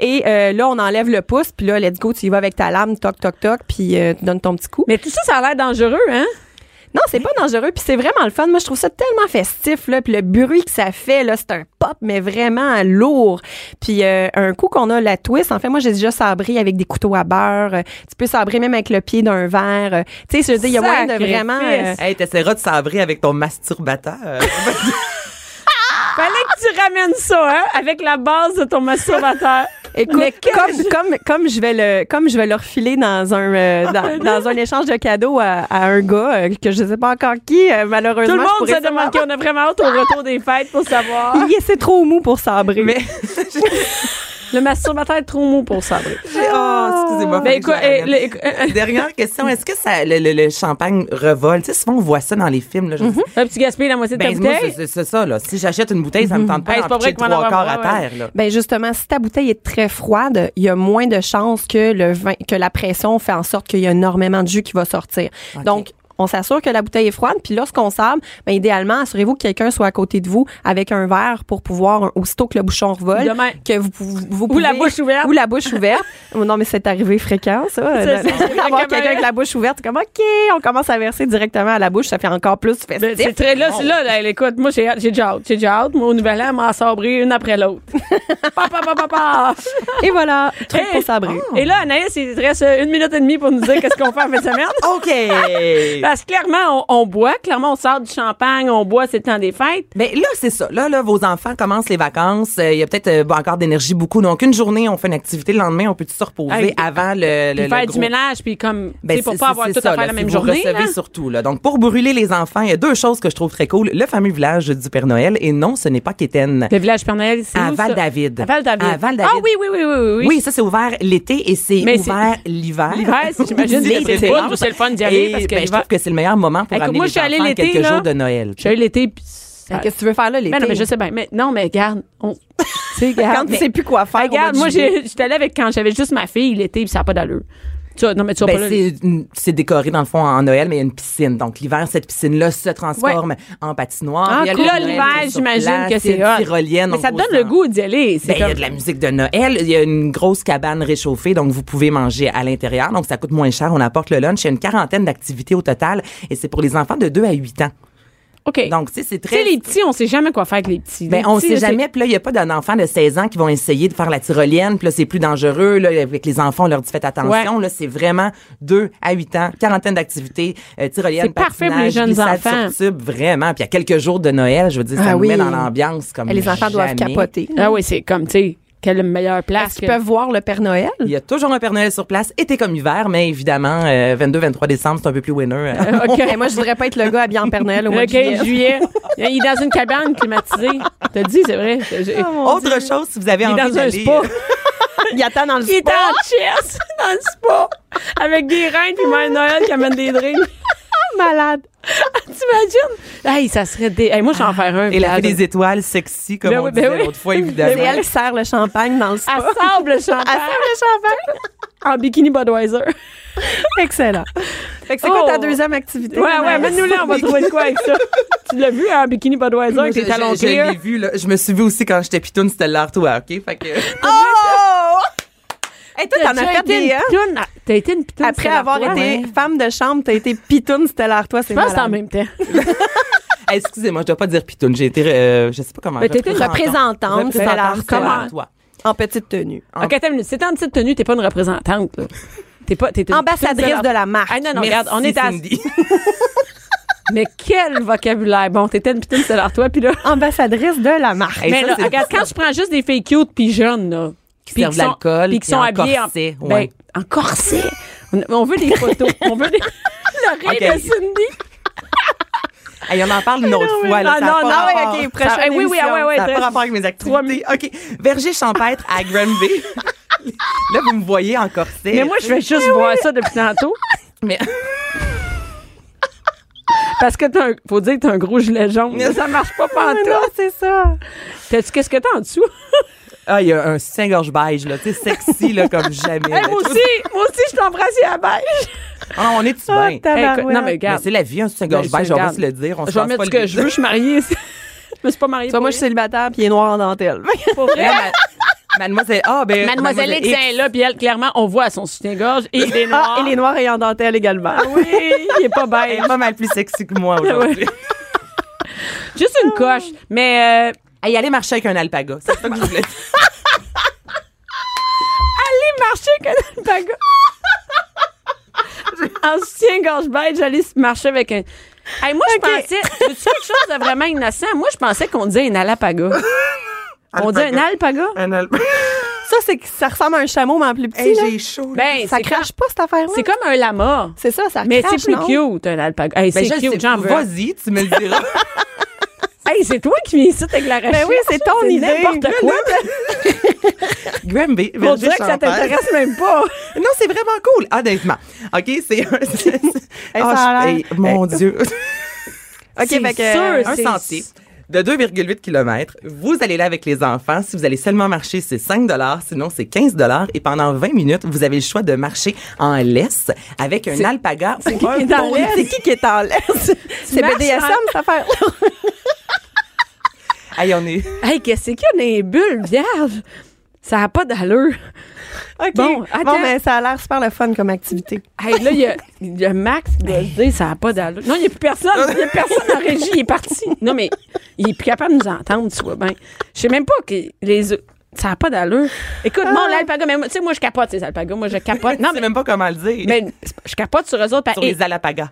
Speaker 5: Et euh, là, on enlève le pouce, puis là, let's go, tu y vas avec ta lame, toc, toc, toc, puis euh, tu donnes ton petit coup.
Speaker 3: Mais tout ça, ça a l'air dangereux, hein?
Speaker 5: Non, c'est pas dangereux, puis c'est vraiment le fun. Moi, je trouve ça tellement festif, là, puis le bruit que ça fait, là, c'est un pop, mais vraiment lourd. Puis euh, un coup qu'on a la twist, en fait, moi, j'ai déjà sabré avec des couteaux à beurre. Euh, Tu peux sabrer même avec le pied d'un verre. Euh, Tu sais, je veux dire, il y a moyen de
Speaker 3: Sacrifice.
Speaker 5: vraiment... euh,
Speaker 4: Hey, t'essaieras de sabrer avec ton masturbateur.
Speaker 3: Fallait que tu ramènes ça, hein? Avec la base de ton masturbateur.
Speaker 5: Écoute,
Speaker 3: Mais quel-
Speaker 5: comme, comme, comme je vais le, comme je vais le refiler dans un, euh, dans, dans un échange de cadeaux à, à un gars euh, que je sais pas encore qui, euh, malheureusement.
Speaker 3: Tout le
Speaker 5: je
Speaker 3: monde
Speaker 5: pourrais
Speaker 3: se
Speaker 5: savoir-
Speaker 3: demande qu'on a vraiment hâte au retour des fêtes pour savoir.
Speaker 5: Il est- c'est trop mou pour sabrer.
Speaker 4: Mais-
Speaker 3: Le masturbateur est trop mou pour ça.
Speaker 4: oh, excusez-moi.
Speaker 3: Ben
Speaker 4: fallait que
Speaker 3: écoute,
Speaker 4: je la ramène.
Speaker 3: eh, le- écoute, euh,
Speaker 4: Dernière question, est-ce que ça, le, le- le champagne revole? Tu sais, souvent on voit ça dans les films. Là, je dis,
Speaker 3: un petit gaspille la moitié de Mhm. ta
Speaker 4: ben, moi,
Speaker 3: bouteille. Mhm.
Speaker 4: c'est- c'est c'est ça, là. Si j'achète une bouteille, ça me tente pas
Speaker 3: Hey, c'est
Speaker 4: d'en
Speaker 3: pas vrai
Speaker 4: pitcher
Speaker 3: qu'on en
Speaker 4: trois
Speaker 3: va
Speaker 4: quarts à
Speaker 3: voir, ouais.
Speaker 4: terre, là.
Speaker 5: Ben justement, si ta bouteille est très froide, il y a moins de chances que le vin, que la pression fait en sorte qu'il y a énormément de jus qui va sortir. Donc on s'assure que la bouteille est froide, puis lorsqu'on sable, ben idéalement, assurez-vous que quelqu'un soit à côté de vous avec un verre pour pouvoir, aussitôt que le bouchon revole,
Speaker 3: Demain.
Speaker 5: que vous, pou- vous
Speaker 3: Ou la
Speaker 5: pouvez-
Speaker 3: bouche ouverte.
Speaker 5: Ou la bouche ouverte. Oh non, mais c'est arrivé fréquent, ça.
Speaker 3: Ça, c'est- c'est
Speaker 5: Avoir
Speaker 3: comme un-
Speaker 5: quelqu'un avec la bouche ouverte, c'est comme, OK, on commence à verser directement à la bouche, ça fait encore plus
Speaker 3: Ben,
Speaker 5: festif.
Speaker 3: C'est très là, c'est là, là, écoute, moi j'ai hâte, j'ai déjà hâte, j'ai déjà hâte. Moi au nouvel an, m'en sabrer une après l'autre. pa, pa, pa, pa, pa.
Speaker 5: Et voilà, truc
Speaker 3: Hey, oh.
Speaker 5: pour sabrer.
Speaker 3: Et là, Anaïs, il te reste euh, une minute et demie pour nous dire qu'est-ce qu'on fait en fin de semaine.
Speaker 4: OK!
Speaker 3: Parce que clairement, on, on boit, clairement, on sort du champagne, on boit, c'est le temps des fêtes.
Speaker 4: Ben là, c'est ça. Là, là, vos enfants commencent les vacances. Euh, Il y a peut-être euh, bon, encore d'énergie beaucoup. Donc, une journée, on fait une activité. Le lendemain, on peut se reposer
Speaker 3: Hey,
Speaker 4: avant le, le,
Speaker 3: Puis
Speaker 4: le
Speaker 3: faire du
Speaker 4: gros-
Speaker 3: ménage, puis comme, tu
Speaker 4: Ben,
Speaker 3: sais, pour
Speaker 4: c'est-
Speaker 3: pas
Speaker 4: c'est-
Speaker 3: avoir
Speaker 4: c'est
Speaker 3: tout
Speaker 4: ça,
Speaker 3: à faire la
Speaker 4: là, si
Speaker 3: même
Speaker 4: vous
Speaker 3: journée. hein.
Speaker 4: recevez
Speaker 3: là.
Speaker 4: surtout. Là. Donc, pour brûler les enfants, il y a deux choses que je trouve très cool. Le fameux village du Père Noël. Et non, ce n'est pas Kéten.
Speaker 3: Le village Père Noël, c'est
Speaker 4: À
Speaker 3: où, ça?
Speaker 4: Val-David.
Speaker 3: À Val-David.
Speaker 4: À Val-David.
Speaker 3: Ah oui, oui, oui, oui, oui.
Speaker 4: Oui, ça, c'est ouvert l'été et c'est
Speaker 3: Mais c'est-
Speaker 4: ouvert l'hiver.
Speaker 3: L'hiver, c'est- j'imagine,
Speaker 4: Dès
Speaker 3: c'est- c'est
Speaker 4: septembre.
Speaker 3: le fun, c'est le fun d'y aller
Speaker 4: Et,
Speaker 3: parce que
Speaker 4: ben, je
Speaker 3: l'hiver-
Speaker 4: trouve que c'est le meilleur moment pour
Speaker 3: Hey,
Speaker 4: amener
Speaker 3: moi,
Speaker 4: les
Speaker 3: je suis allée
Speaker 4: enfants
Speaker 3: l'été,
Speaker 4: quelques
Speaker 3: là.
Speaker 4: jours de Noël.
Speaker 3: Je suis allée l'été, puis ça-
Speaker 5: Ben, Qu'est-ce que tu veux faire là, les
Speaker 3: Mais Ben non, mais je sais bien. Mais non, mais regarde, on. tu sais, regarde,
Speaker 5: Quand tu
Speaker 3: mais-
Speaker 5: sais plus quoi faire,
Speaker 3: Hey, regarde,
Speaker 5: on va
Speaker 3: moi,
Speaker 5: te juger.
Speaker 3: j'ai- j'étais allée avec quand j'avais juste ma fille l'été, puis ça n'a pas d'allure. Tu vois, non, mais tu vas
Speaker 4: Ben,
Speaker 3: pas là.
Speaker 4: c'est une- c'est décoré dans le fond en Noël, mais il y a une piscine. Donc l'hiver, cette piscine-là se transforme en patinoire.
Speaker 3: Ah,
Speaker 4: Il y a
Speaker 3: cool.
Speaker 4: le
Speaker 3: Là,
Speaker 4: Noël
Speaker 3: l'hiver,
Speaker 4: sur
Speaker 3: j'imagine
Speaker 4: place,
Speaker 3: que
Speaker 4: il
Speaker 3: c'est
Speaker 4: y a une
Speaker 3: hot.
Speaker 4: tyrolienne,
Speaker 3: Mais
Speaker 4: on
Speaker 3: ça te
Speaker 4: va
Speaker 3: donne
Speaker 4: au
Speaker 3: le
Speaker 4: centre.
Speaker 3: goût d'y aller. C'est
Speaker 4: Ben, il y a
Speaker 3: comme-
Speaker 4: de la musique de Noël, il y a une grosse cabane réchauffée, donc vous pouvez manger à l'intérieur, donc ça coûte moins cher, on apporte le lunch, il y a une quarantaine d'activités au total, et c'est pour les enfants de 2 à 8 ans.
Speaker 3: OK.
Speaker 4: Donc, tu sais, c'est
Speaker 3: tu sais,
Speaker 4: très...
Speaker 3: les petits, on sait jamais quoi faire avec les petits.
Speaker 4: Ben,
Speaker 3: Les
Speaker 4: on
Speaker 3: petits,
Speaker 4: sait
Speaker 3: là, c'est-
Speaker 4: jamais. Puis là, il n'y a pas d'un enfant de 16 ans qui vont essayer de faire la tyrolienne. Puis là, c'est plus dangereux. Là, avec les enfants, on leur dit faites attention. Là, c'est vraiment 2 à 8 ans, quarantaine d'activités, euh, tyrolienne,
Speaker 3: C'est parfait pour les
Speaker 4: patinage,
Speaker 3: jeunes
Speaker 4: glissade
Speaker 3: enfants.
Speaker 4: sur tube, vraiment. Puis il y a quelques jours de Noël, je veux dire, ça
Speaker 5: Ah
Speaker 4: nous
Speaker 5: oui.
Speaker 4: met dans l'ambiance comme
Speaker 5: Les enfants doivent
Speaker 4: jamais.
Speaker 5: capoter.
Speaker 3: Ah oui, c'est comme, tu sais, quelle meilleure place.
Speaker 5: Est-ce qu'ils peuvent voir le Père Noël?
Speaker 4: Il y a toujours un Père Noël sur place, été comme hiver, mais évidemment, 22-23 décembre, c'est un peu plus winner. euh.
Speaker 3: OK.
Speaker 5: Ben, moi, je voudrais pas être le gars habillé en Père Noël au mois
Speaker 3: Le
Speaker 5: de juillet.
Speaker 3: 15 juillet. Il est dans une cabane climatisée. T'as dit, c'est vrai. J'ai-
Speaker 5: Ah,
Speaker 4: Autre chose, si vous avez
Speaker 3: Il est
Speaker 4: envie
Speaker 3: dans un
Speaker 4: d'aller... euh,
Speaker 3: spa.
Speaker 5: Il attend dans le
Speaker 3: Il est
Speaker 5: spa.
Speaker 3: en chess dans le spa avec des reines puis Mère Noël qui amène des drinks.
Speaker 5: malade. Ah.
Speaker 3: T'imagines? Hey, ça serait des. Hey, moi, je vais en faire un.
Speaker 4: Et la
Speaker 3: Vlad.
Speaker 4: fille des étoiles sexy, comme
Speaker 3: Ben
Speaker 4: on
Speaker 3: oui, ben
Speaker 4: disait
Speaker 3: oui.
Speaker 4: l'autre fois,
Speaker 5: C'est
Speaker 4: évidemment.
Speaker 5: elle qui sert le champagne dans le spa.
Speaker 3: À sable,
Speaker 5: Elle sert
Speaker 3: champagne.
Speaker 5: le champagne.
Speaker 3: en bikini Budweiser.
Speaker 5: Excellent. Fait que c'est
Speaker 3: Oh.
Speaker 5: quoi ta deuxième activité?
Speaker 3: Ouais, ouais,
Speaker 5: Anaïs?
Speaker 3: mets-nous-le, on va trouver le quoi avec ça. Tu l'as vu, hein, en bikini Budweiser, avec
Speaker 4: Je,
Speaker 3: tes talons
Speaker 4: je- je
Speaker 3: clear.
Speaker 4: l'ai vu, là. Je me suis vu aussi quand j'étais pitoune, c'était l'art tout, OK? Fait que...
Speaker 5: Oh! Hey, toi, t'en
Speaker 3: T'as
Speaker 5: as fait
Speaker 3: été
Speaker 5: des,
Speaker 3: une
Speaker 5: hein?
Speaker 3: pitoune à- T'as été une pitoune
Speaker 5: Après
Speaker 3: Stella
Speaker 5: avoir
Speaker 3: Artois,
Speaker 5: été
Speaker 3: ouais.
Speaker 5: femme de chambre, t'as été pitoune stellaire. Toi, c'est
Speaker 3: Je pense que c'est en
Speaker 5: malade.
Speaker 3: même temps.
Speaker 4: Hey, Excusez-moi, je dois pas dire pitoune. J'ai été... euh, je sais pas comment...
Speaker 3: Mais t'étais une
Speaker 5: représentante,
Speaker 4: Représentante,
Speaker 5: c'est l'art,
Speaker 4: c'est
Speaker 5: comment?
Speaker 4: l'art, toi.
Speaker 5: En petite tenue.
Speaker 3: OK, attends une minute. Si t'es en petite tenue, t'es pas une représentante, là. T'es pas. T'es une
Speaker 5: Ambassadrice de la marque.
Speaker 3: Ah non, non, regarde, on est
Speaker 4: Merci,
Speaker 3: à.
Speaker 4: Cindy.
Speaker 3: Mais quel vocabulaire. Bon, t'étais une pitoune Stella Artois, puis là.
Speaker 5: Ambassadrice de la marque.
Speaker 4: Hey,
Speaker 3: mais
Speaker 4: ça,
Speaker 3: là,
Speaker 4: c'est-
Speaker 3: regarde, quand je prends juste des filles cute puis jeunes, là. Qui
Speaker 4: servent de l'alcool,
Speaker 3: Puis qui
Speaker 4: puis
Speaker 3: sont
Speaker 4: en
Speaker 3: habillées
Speaker 4: corset,
Speaker 3: en. Ben,
Speaker 4: ouais.
Speaker 3: en corset. On, on veut des photos. on veut des. Le rire de
Speaker 4: OK.
Speaker 3: Cindy.
Speaker 4: Hey, on en parle une autre
Speaker 3: mais
Speaker 4: fois. Là,
Speaker 3: non,
Speaker 4: ça a
Speaker 3: non,
Speaker 4: pas
Speaker 3: non,
Speaker 4: rapport.
Speaker 3: ouais, OK, prochaine
Speaker 4: Ça- hey, oui, oui,
Speaker 3: émission.
Speaker 4: ah ouais, ouais,
Speaker 3: Ça a
Speaker 4: très-
Speaker 3: pas rapport avec mes
Speaker 4: Trois minutes. OK. Verger champêtre à Granby. là, vous me voyez en corset.
Speaker 3: Mais moi, je vais juste voir ça depuis tantôt.
Speaker 4: Mais-
Speaker 3: Parce que t'as un, faut dire que t'as un gros gilet jaune.
Speaker 4: Mais
Speaker 3: ça marche pas
Speaker 5: Ah
Speaker 3: pantoute.
Speaker 5: non, c'est ça.
Speaker 3: T'as-tu qu'est-ce que t'as en dessous?
Speaker 4: Ah, il y a un saint-gorge beige, là. Tu sais, sexy, là, comme jamais.
Speaker 3: Hey,
Speaker 4: là.
Speaker 3: moi aussi, moi aussi, je t'embrasse à la beige. ben,
Speaker 4: Ah, on est-tu
Speaker 5: Ah,
Speaker 4: bien?
Speaker 5: tabarouette.
Speaker 3: écoute, non, mais
Speaker 4: Mais
Speaker 3: regarde.
Speaker 4: c'est la vie, un saint-gorge
Speaker 3: Ben,
Speaker 4: beige,
Speaker 3: je
Speaker 4: on va
Speaker 3: regarde.
Speaker 4: se le dire. On se
Speaker 3: je vais
Speaker 4: lance
Speaker 3: mettre
Speaker 4: pas
Speaker 3: ce
Speaker 4: le
Speaker 3: que je veux, je suis mariée. je me suis pas mariée.
Speaker 5: Tu vois, moi, je suis célibataire, puis il est noir en dentelle.
Speaker 3: pour
Speaker 4: Là,
Speaker 3: elle.
Speaker 4: Eh, ma- Mademoiselle, ah, ben.
Speaker 3: Mademoiselle X est là, puis elle, clairement, on voit son soutien-gorge et il est noir.
Speaker 5: Ah, et les noirs et en dentelle également.
Speaker 3: Oui, il est pas
Speaker 4: Elle
Speaker 3: bête.
Speaker 4: est pas mal plus sexy que moi aujourd'hui.
Speaker 3: Juste une coche. Mais euh,
Speaker 4: Hey, allez marcher avec un alpaga. C'est ça que je voulais dire.
Speaker 3: aller marcher avec un alpaga. en soutien-gorge beige, j'allais marcher avec un. Hey, moi, je pensais. Veux-tu quelque chose de vraiment innocent? Moi, je pensais qu'on disait un alapaga. On dit un alpaga?
Speaker 4: Un alpaga.
Speaker 5: Ça, c'est que ça ressemble à un chameau, mais en plus petit.
Speaker 4: Hey,
Speaker 5: là.
Speaker 4: j'ai chaud. là.
Speaker 3: Ben,
Speaker 5: Ça
Speaker 3: c'est
Speaker 5: crache pas, cette affaire-là.
Speaker 3: C'est comme un lama.
Speaker 5: C'est ça, ça
Speaker 3: Mais
Speaker 5: crache,
Speaker 3: c'est plus
Speaker 5: non?
Speaker 3: cute, un alpaga. Hey,
Speaker 4: Ben,
Speaker 3: c'est
Speaker 4: je le sais
Speaker 3: cute, j'en veux.
Speaker 4: pas. Vas-y, tu me le diras.
Speaker 3: Hey, c'est toi qui viens ici avec la recherche.
Speaker 5: Ben oui, c'est ton idée.
Speaker 3: n'importe quoi.
Speaker 4: Granby,
Speaker 3: On
Speaker 4: Verger
Speaker 3: dirait que ça
Speaker 4: champêtre.
Speaker 3: t'intéresse même pas.
Speaker 4: Non, c'est vraiment cool, honnêtement. OK, c'est un. c'est-
Speaker 5: Hey,
Speaker 4: Ah,
Speaker 5: ça a
Speaker 4: je-
Speaker 5: l'air-
Speaker 4: hey, mon Dieu.
Speaker 5: OK,
Speaker 3: C'est
Speaker 5: fait que... euh,
Speaker 3: sûr.
Speaker 4: un
Speaker 3: c'est-
Speaker 4: sentier de 2,8 km. Vous allez là avec les enfants. Si vous allez seulement marcher, c'est 5 sinon c'est 15 Et pendant 20 minutes, vous avez le choix de marcher en laisse avec un alpaga ou
Speaker 3: qui
Speaker 4: un
Speaker 3: qui est en
Speaker 4: pony.
Speaker 3: laisse?
Speaker 5: C'est qui qui est en l'aise? C'est
Speaker 3: marches
Speaker 5: BDSM,
Speaker 3: en-
Speaker 5: cette affaire-là.
Speaker 4: Hey, on est...
Speaker 3: Hey, qu'est-ce qu'il y a dans les bulles, vierge? Ça n'a pas d'allure.
Speaker 5: OK.
Speaker 3: Bon,
Speaker 5: Bon,
Speaker 3: attends.
Speaker 5: mais ça a l'air super le fun comme activité.
Speaker 3: Hey, là, il y a, il y a Max qui doit se dire ça n'a pas d'allure. Non, il n'y a plus personne. Il n'y a personne en régie. Il est parti. Non, mais il n'est plus capable de nous entendre, tu vois bien. Je sais même pas que les. Ça n'a pas d'allure. Écoute, mon l'alpaga, mais moi, tu sais, moi, je capote ces alpagas. Moi, je capote. Non,
Speaker 4: Je sais
Speaker 3: mais,
Speaker 4: Ah. même pas comment le dire.
Speaker 3: mais je capote sur eux autres.
Speaker 4: Sur
Speaker 3: Et-
Speaker 4: les alapagas.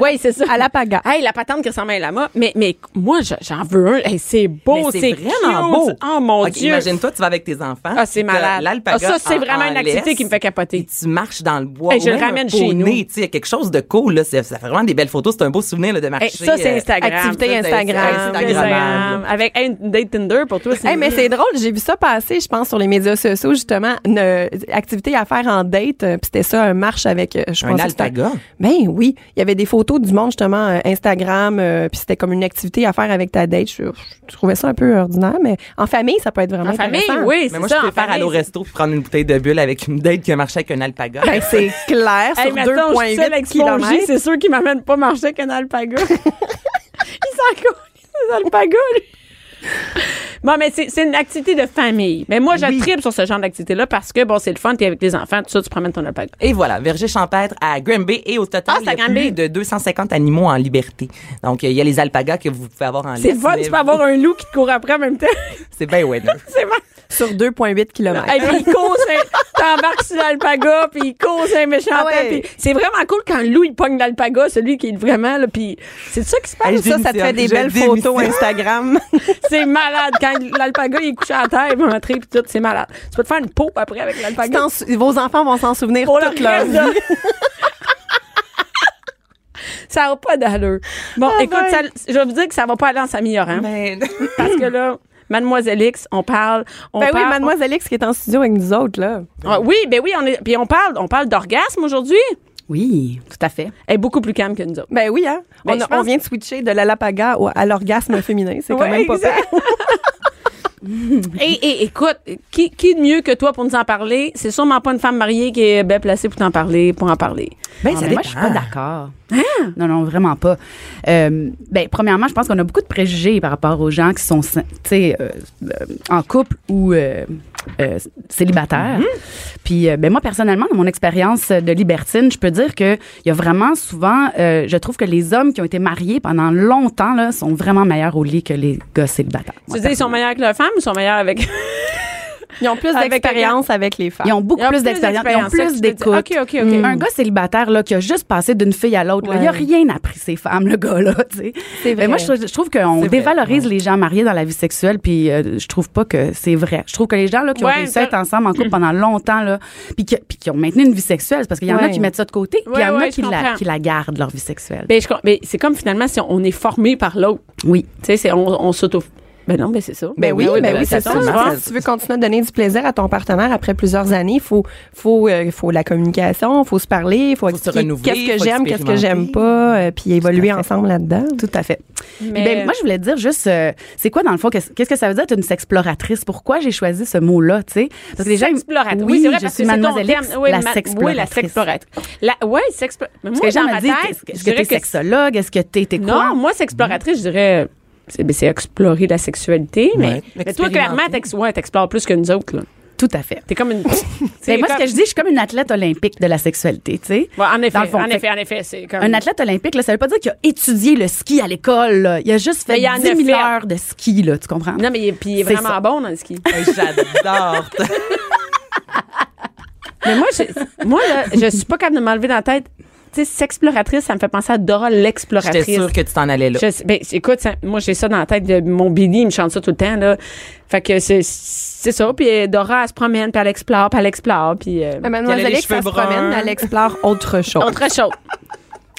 Speaker 3: Oui, c'est ça.
Speaker 5: À la paga.
Speaker 3: Hey, la patente qui ressemble à un lama. Mais, mais moi, je- j'en veux un. Hey, c'est beau,
Speaker 4: Mais
Speaker 3: Oh, c'est
Speaker 4: vraiment
Speaker 3: cute.
Speaker 4: beau.
Speaker 3: Oh mon
Speaker 4: Ok,
Speaker 3: Dieu.
Speaker 4: Imagine-toi, tu vas avec tes enfants.
Speaker 3: Ah, c'est
Speaker 4: t'as
Speaker 3: malade.
Speaker 4: l'alpaga
Speaker 3: Ah, ça, c'est
Speaker 4: en-
Speaker 3: vraiment
Speaker 4: en
Speaker 3: une activité
Speaker 4: laisse,
Speaker 3: qui me fait capoter.
Speaker 4: Et tu marches dans le bois.
Speaker 3: Hey, je
Speaker 4: ou
Speaker 3: le
Speaker 4: même
Speaker 3: ramène
Speaker 4: un
Speaker 3: chez nous.
Speaker 4: poney, Tu sais, il y a quelque chose de cool, là. C'est- Ça fait vraiment des belles photos. C'est un beau souvenir, là, de marcher.
Speaker 3: Hey, ça, c'est
Speaker 4: euh,
Speaker 3: Instagram.
Speaker 5: activité
Speaker 3: Ça, c'est-
Speaker 5: Instagram.
Speaker 3: c'est
Speaker 4: Instagram.
Speaker 3: Avec hey, une date Tinder pour toi.
Speaker 5: Hey, mais c'est drôle, j'ai vu ça passer, je pense, sur les médias sociaux, justement, une euh, activité à faire en date, euh, puis c'était ça, un marche avec... euh, je
Speaker 4: Un
Speaker 5: pense que c'était-
Speaker 4: alpaga?
Speaker 5: Ben oui, il y avait des photos du monde, justement, euh, Instagram, euh, puis c'était comme une activité à faire avec ta date. Je, je trouvais ça un peu ordinaire, mais en famille, ça peut être vraiment
Speaker 3: En famille,
Speaker 5: intéressant.
Speaker 3: oui,
Speaker 4: Mais
Speaker 3: c'est
Speaker 4: moi,
Speaker 3: ça.
Speaker 4: je
Speaker 3: en
Speaker 4: préfère
Speaker 3: famille,
Speaker 4: aller au
Speaker 3: c'est-
Speaker 4: resto puis prendre une bouteille de bulle avec une date qui a marché avec un alpaga.
Speaker 5: Ben, c'est clair,
Speaker 3: Hey,
Speaker 5: sur
Speaker 3: mais attends, je suis seule
Speaker 5: 2,8
Speaker 3: avec Spongy,
Speaker 5: kilomètres.
Speaker 3: c'est sûr qu'il m'amène pas marcher avec un alpaga. Il s'en colle, les alpagas, lui. Bon, mais c'est c'est une activité de famille. Mais moi, je
Speaker 4: Oui.
Speaker 3: tripe sur ce genre d'activité-là parce que, bon, c'est le fun, t'es avec les enfants, tout ça, tu promènes ton alpaga.
Speaker 4: Et voilà, verger champêtre à Granby et au total,
Speaker 3: Ah, c'est à
Speaker 4: il y a
Speaker 3: Granby.
Speaker 4: plus de 250 animaux en liberté. Donc, il y a les alpagas que vous pouvez avoir en
Speaker 3: C'est le
Speaker 4: laisse,
Speaker 3: fun,
Speaker 4: mais
Speaker 3: tu peux avoir un loup qui te court après en même temps.
Speaker 4: C'est bien ouais. non.
Speaker 3: c'est vrai.
Speaker 5: Sur 2,8 kilomètres.
Speaker 3: Hey, Ah, puis il cause un- t'embarques sur l'alpaga, puis il cause un méchant
Speaker 5: Ah ouais.
Speaker 3: temps, puis C'est vraiment cool quand le loup, il pogne l'alpaga, celui qui est vraiment, là, puis c'est ça qui se passe.
Speaker 4: Hey, je
Speaker 5: ça, ça te
Speaker 4: démissionne.
Speaker 5: fait des
Speaker 4: Je
Speaker 5: belles
Speaker 4: démissionne.
Speaker 5: photos Instagram.
Speaker 3: C'est malade. Quand l'alpaga il est couché à terre, il va rentrer puis tout, c'est malade. Tu peux te faire une peau après avec l'alpaga.
Speaker 5: T'en sou- Vos enfants vont s'en souvenir
Speaker 3: Pour le
Speaker 5: toute leur
Speaker 3: reste
Speaker 5: vie.
Speaker 3: de- Ça n'a pas d'allure. Bon,
Speaker 5: Ah
Speaker 3: écoute,
Speaker 5: ben.
Speaker 3: ça- je vais vous dire que ça va pas aller en s'améliorant.
Speaker 4: Ben,
Speaker 3: Parce que là, Mademoiselle X, on parle. On
Speaker 5: Ben oui,
Speaker 3: parle-
Speaker 5: Mademoiselle X qui est en studio avec nous autres, là.
Speaker 3: Ah oui, ben oui, on est, puis on parle, on parle d'orgasme aujourd'hui.
Speaker 1: Oui, tout à fait.
Speaker 3: Elle est beaucoup plus calme que nous autres.
Speaker 5: Ben oui, hein?
Speaker 3: Ben,
Speaker 5: on,
Speaker 3: je
Speaker 5: a-
Speaker 3: pense-
Speaker 5: on vient de switcher de l'alapaga au- à l'orgasme féminin. C'est quand
Speaker 3: Ouais,
Speaker 5: même pas
Speaker 3: exact.
Speaker 5: pire.
Speaker 3: Et, et écoute, qui, qui de mieux que toi pour nous en parler? C'est sûrement pas une femme mariée qui est bien placée pour t'en parler, pour en parler.
Speaker 8: Ben, ça
Speaker 4: Ah, mais
Speaker 8: moi, je suis pas
Speaker 4: dépend.
Speaker 8: d'accord. Non, non, vraiment pas. Euh, ben, premièrement, je pense qu'on a beaucoup de préjugés par rapport aux gens qui sont, tu sais, euh, euh, en couple ou euh, euh, célibataires. Puis, euh, ben, moi, personnellement, dans mon expérience de libertine, je peux dire que il y a vraiment souvent, euh, je trouve que les hommes qui ont été mariés pendant longtemps, là, sont vraiment meilleurs au lit que les gars célibataires.
Speaker 3: Tu dis, ils sont meilleurs avec leur femme ou ils sont meilleurs avec.
Speaker 5: Ils ont plus
Speaker 3: Avec
Speaker 5: d'expérience avec les femmes.
Speaker 8: Ils ont beaucoup
Speaker 3: Ils ont
Speaker 8: plus
Speaker 3: plus
Speaker 8: d'expérience, ils ont
Speaker 3: d'expérience,
Speaker 8: plus
Speaker 3: ça que tu veux
Speaker 8: d'écoute.
Speaker 3: dire. OK, OK, OK.
Speaker 8: Un gars célibataire là, qui a juste passé d'une fille à l'autre, là, il a rien appris ces femmes, le gars-là. tu sais.
Speaker 5: C'est vrai.
Speaker 8: Mais moi, je, trouve- je trouve qu'on dévalorise les gens mariés dans la vie sexuelle, puis euh, je trouve pas que c'est vrai. Je trouve que les gens là, qui
Speaker 3: Ouais,
Speaker 8: ont réussi
Speaker 3: ça-
Speaker 8: à être ensemble en couple pendant longtemps, là, puis, qui, puis qui ont maintenu une vie sexuelle, c'est parce qu'il y en a
Speaker 5: Ouais.
Speaker 8: qui mettent ça de côté, puis il y
Speaker 3: Ouais,
Speaker 8: en
Speaker 3: ouais,
Speaker 8: a qui
Speaker 3: je
Speaker 8: la,
Speaker 3: comprends.
Speaker 8: qui la gardent, leur vie sexuelle.
Speaker 3: Ben, je com- ben, c'est comme finalement si on, on est formé par l'autre.
Speaker 8: Oui.
Speaker 3: Tu sais, c'est- on, on s'auto. Ben non, ben c'est ça.
Speaker 5: Ben oui, ben oui, c'est ça.
Speaker 3: tu vois.
Speaker 5: Si tu veux continuer à donner du plaisir à ton partenaire après plusieurs années, il faut, faut, euh, faut la communication, il faut se parler, il faut,
Speaker 4: se
Speaker 5: expliquer
Speaker 4: renouveler,
Speaker 5: qu'est-ce que
Speaker 4: faut
Speaker 5: j'aime, qu'est-ce que j'aime
Speaker 4: expérimenter.
Speaker 5: pas, euh, puis évoluer
Speaker 8: à fait.
Speaker 5: ensemble là-dedans.
Speaker 8: Tout à fait.
Speaker 3: Mais-
Speaker 8: Ben, moi, je voulais te dire juste, euh, c'est quoi dans le fond, qu'est-ce qu'est-ce que ça veut dire être une sexploratrice? Pourquoi j'ai choisi ce mot-là, tu sais? Parce que les gens.
Speaker 3: Sexploratrice.
Speaker 8: Oui,
Speaker 3: c'est vrai,
Speaker 8: je
Speaker 3: parce
Speaker 8: suis
Speaker 3: que c'est ton
Speaker 8: mademoiselle
Speaker 3: terme.
Speaker 8: X,
Speaker 3: Oui,
Speaker 8: la
Speaker 3: ma-
Speaker 8: sexploratrice.
Speaker 3: Oui, la sexploratrice. La, ouais, sexplo... Mais moi,
Speaker 8: Parce que les gens
Speaker 3: dans
Speaker 8: me
Speaker 3: ma
Speaker 8: disent,
Speaker 3: tête,
Speaker 8: est-ce que- est-ce
Speaker 3: je
Speaker 8: que
Speaker 3: dirais
Speaker 8: t'es sexologue? Est-ce que t'es t'es quoi?
Speaker 3: Non, moi, sexploratrice, je dirais. C'est, ben, c'est explorer la sexualité, mais,
Speaker 4: Ouais.
Speaker 3: mais toi, clairement, t'ex- ouais, t'explores plus que nous autres. Là.
Speaker 8: Tout à fait.
Speaker 3: T'es comme une.
Speaker 8: Ben, moi, ce que je dis, je suis comme une athlète olympique de la sexualité, tu sais.
Speaker 3: en effet,
Speaker 8: Dans le fond,
Speaker 3: en
Speaker 8: fait-
Speaker 3: effet, en effet, c'est comme.
Speaker 8: Un athlète olympique, là, ça veut pas dire qu'il a étudié le ski à l'école. là. Il a juste fait
Speaker 3: Mais il en a
Speaker 8: 10 000
Speaker 3: fait.
Speaker 8: heures de ski, là, tu comprends?
Speaker 3: Non, mais il est, puis il est
Speaker 8: C'est
Speaker 3: vraiment
Speaker 8: ça.
Speaker 3: bon dans le ski.
Speaker 4: Hey, J'adore.
Speaker 3: Mais moi, je, moi là, je suis pas capable de m'enlever dans la tête. Tu sais, sexploratrice, ça me fait penser à Dora l'exploratrice.
Speaker 4: J'étais sûre que tu t'en allais là.
Speaker 3: Je sais- ben, écoute, ça- moi, j'ai ça dans la tête de mon Billy, il me chante ça tout le temps, là. Fait que c'est, c'est ça. Puis euh, Dora, elle se promène, puis elle explore, puis elle explore, puis... euh,
Speaker 5: Mais
Speaker 4: Qu'elle a
Speaker 5: Mademoiselle
Speaker 4: les
Speaker 5: X, ça
Speaker 4: cheveux
Speaker 5: se promène,
Speaker 4: bruns.
Speaker 5: elle explore autre chose.
Speaker 3: autre chose.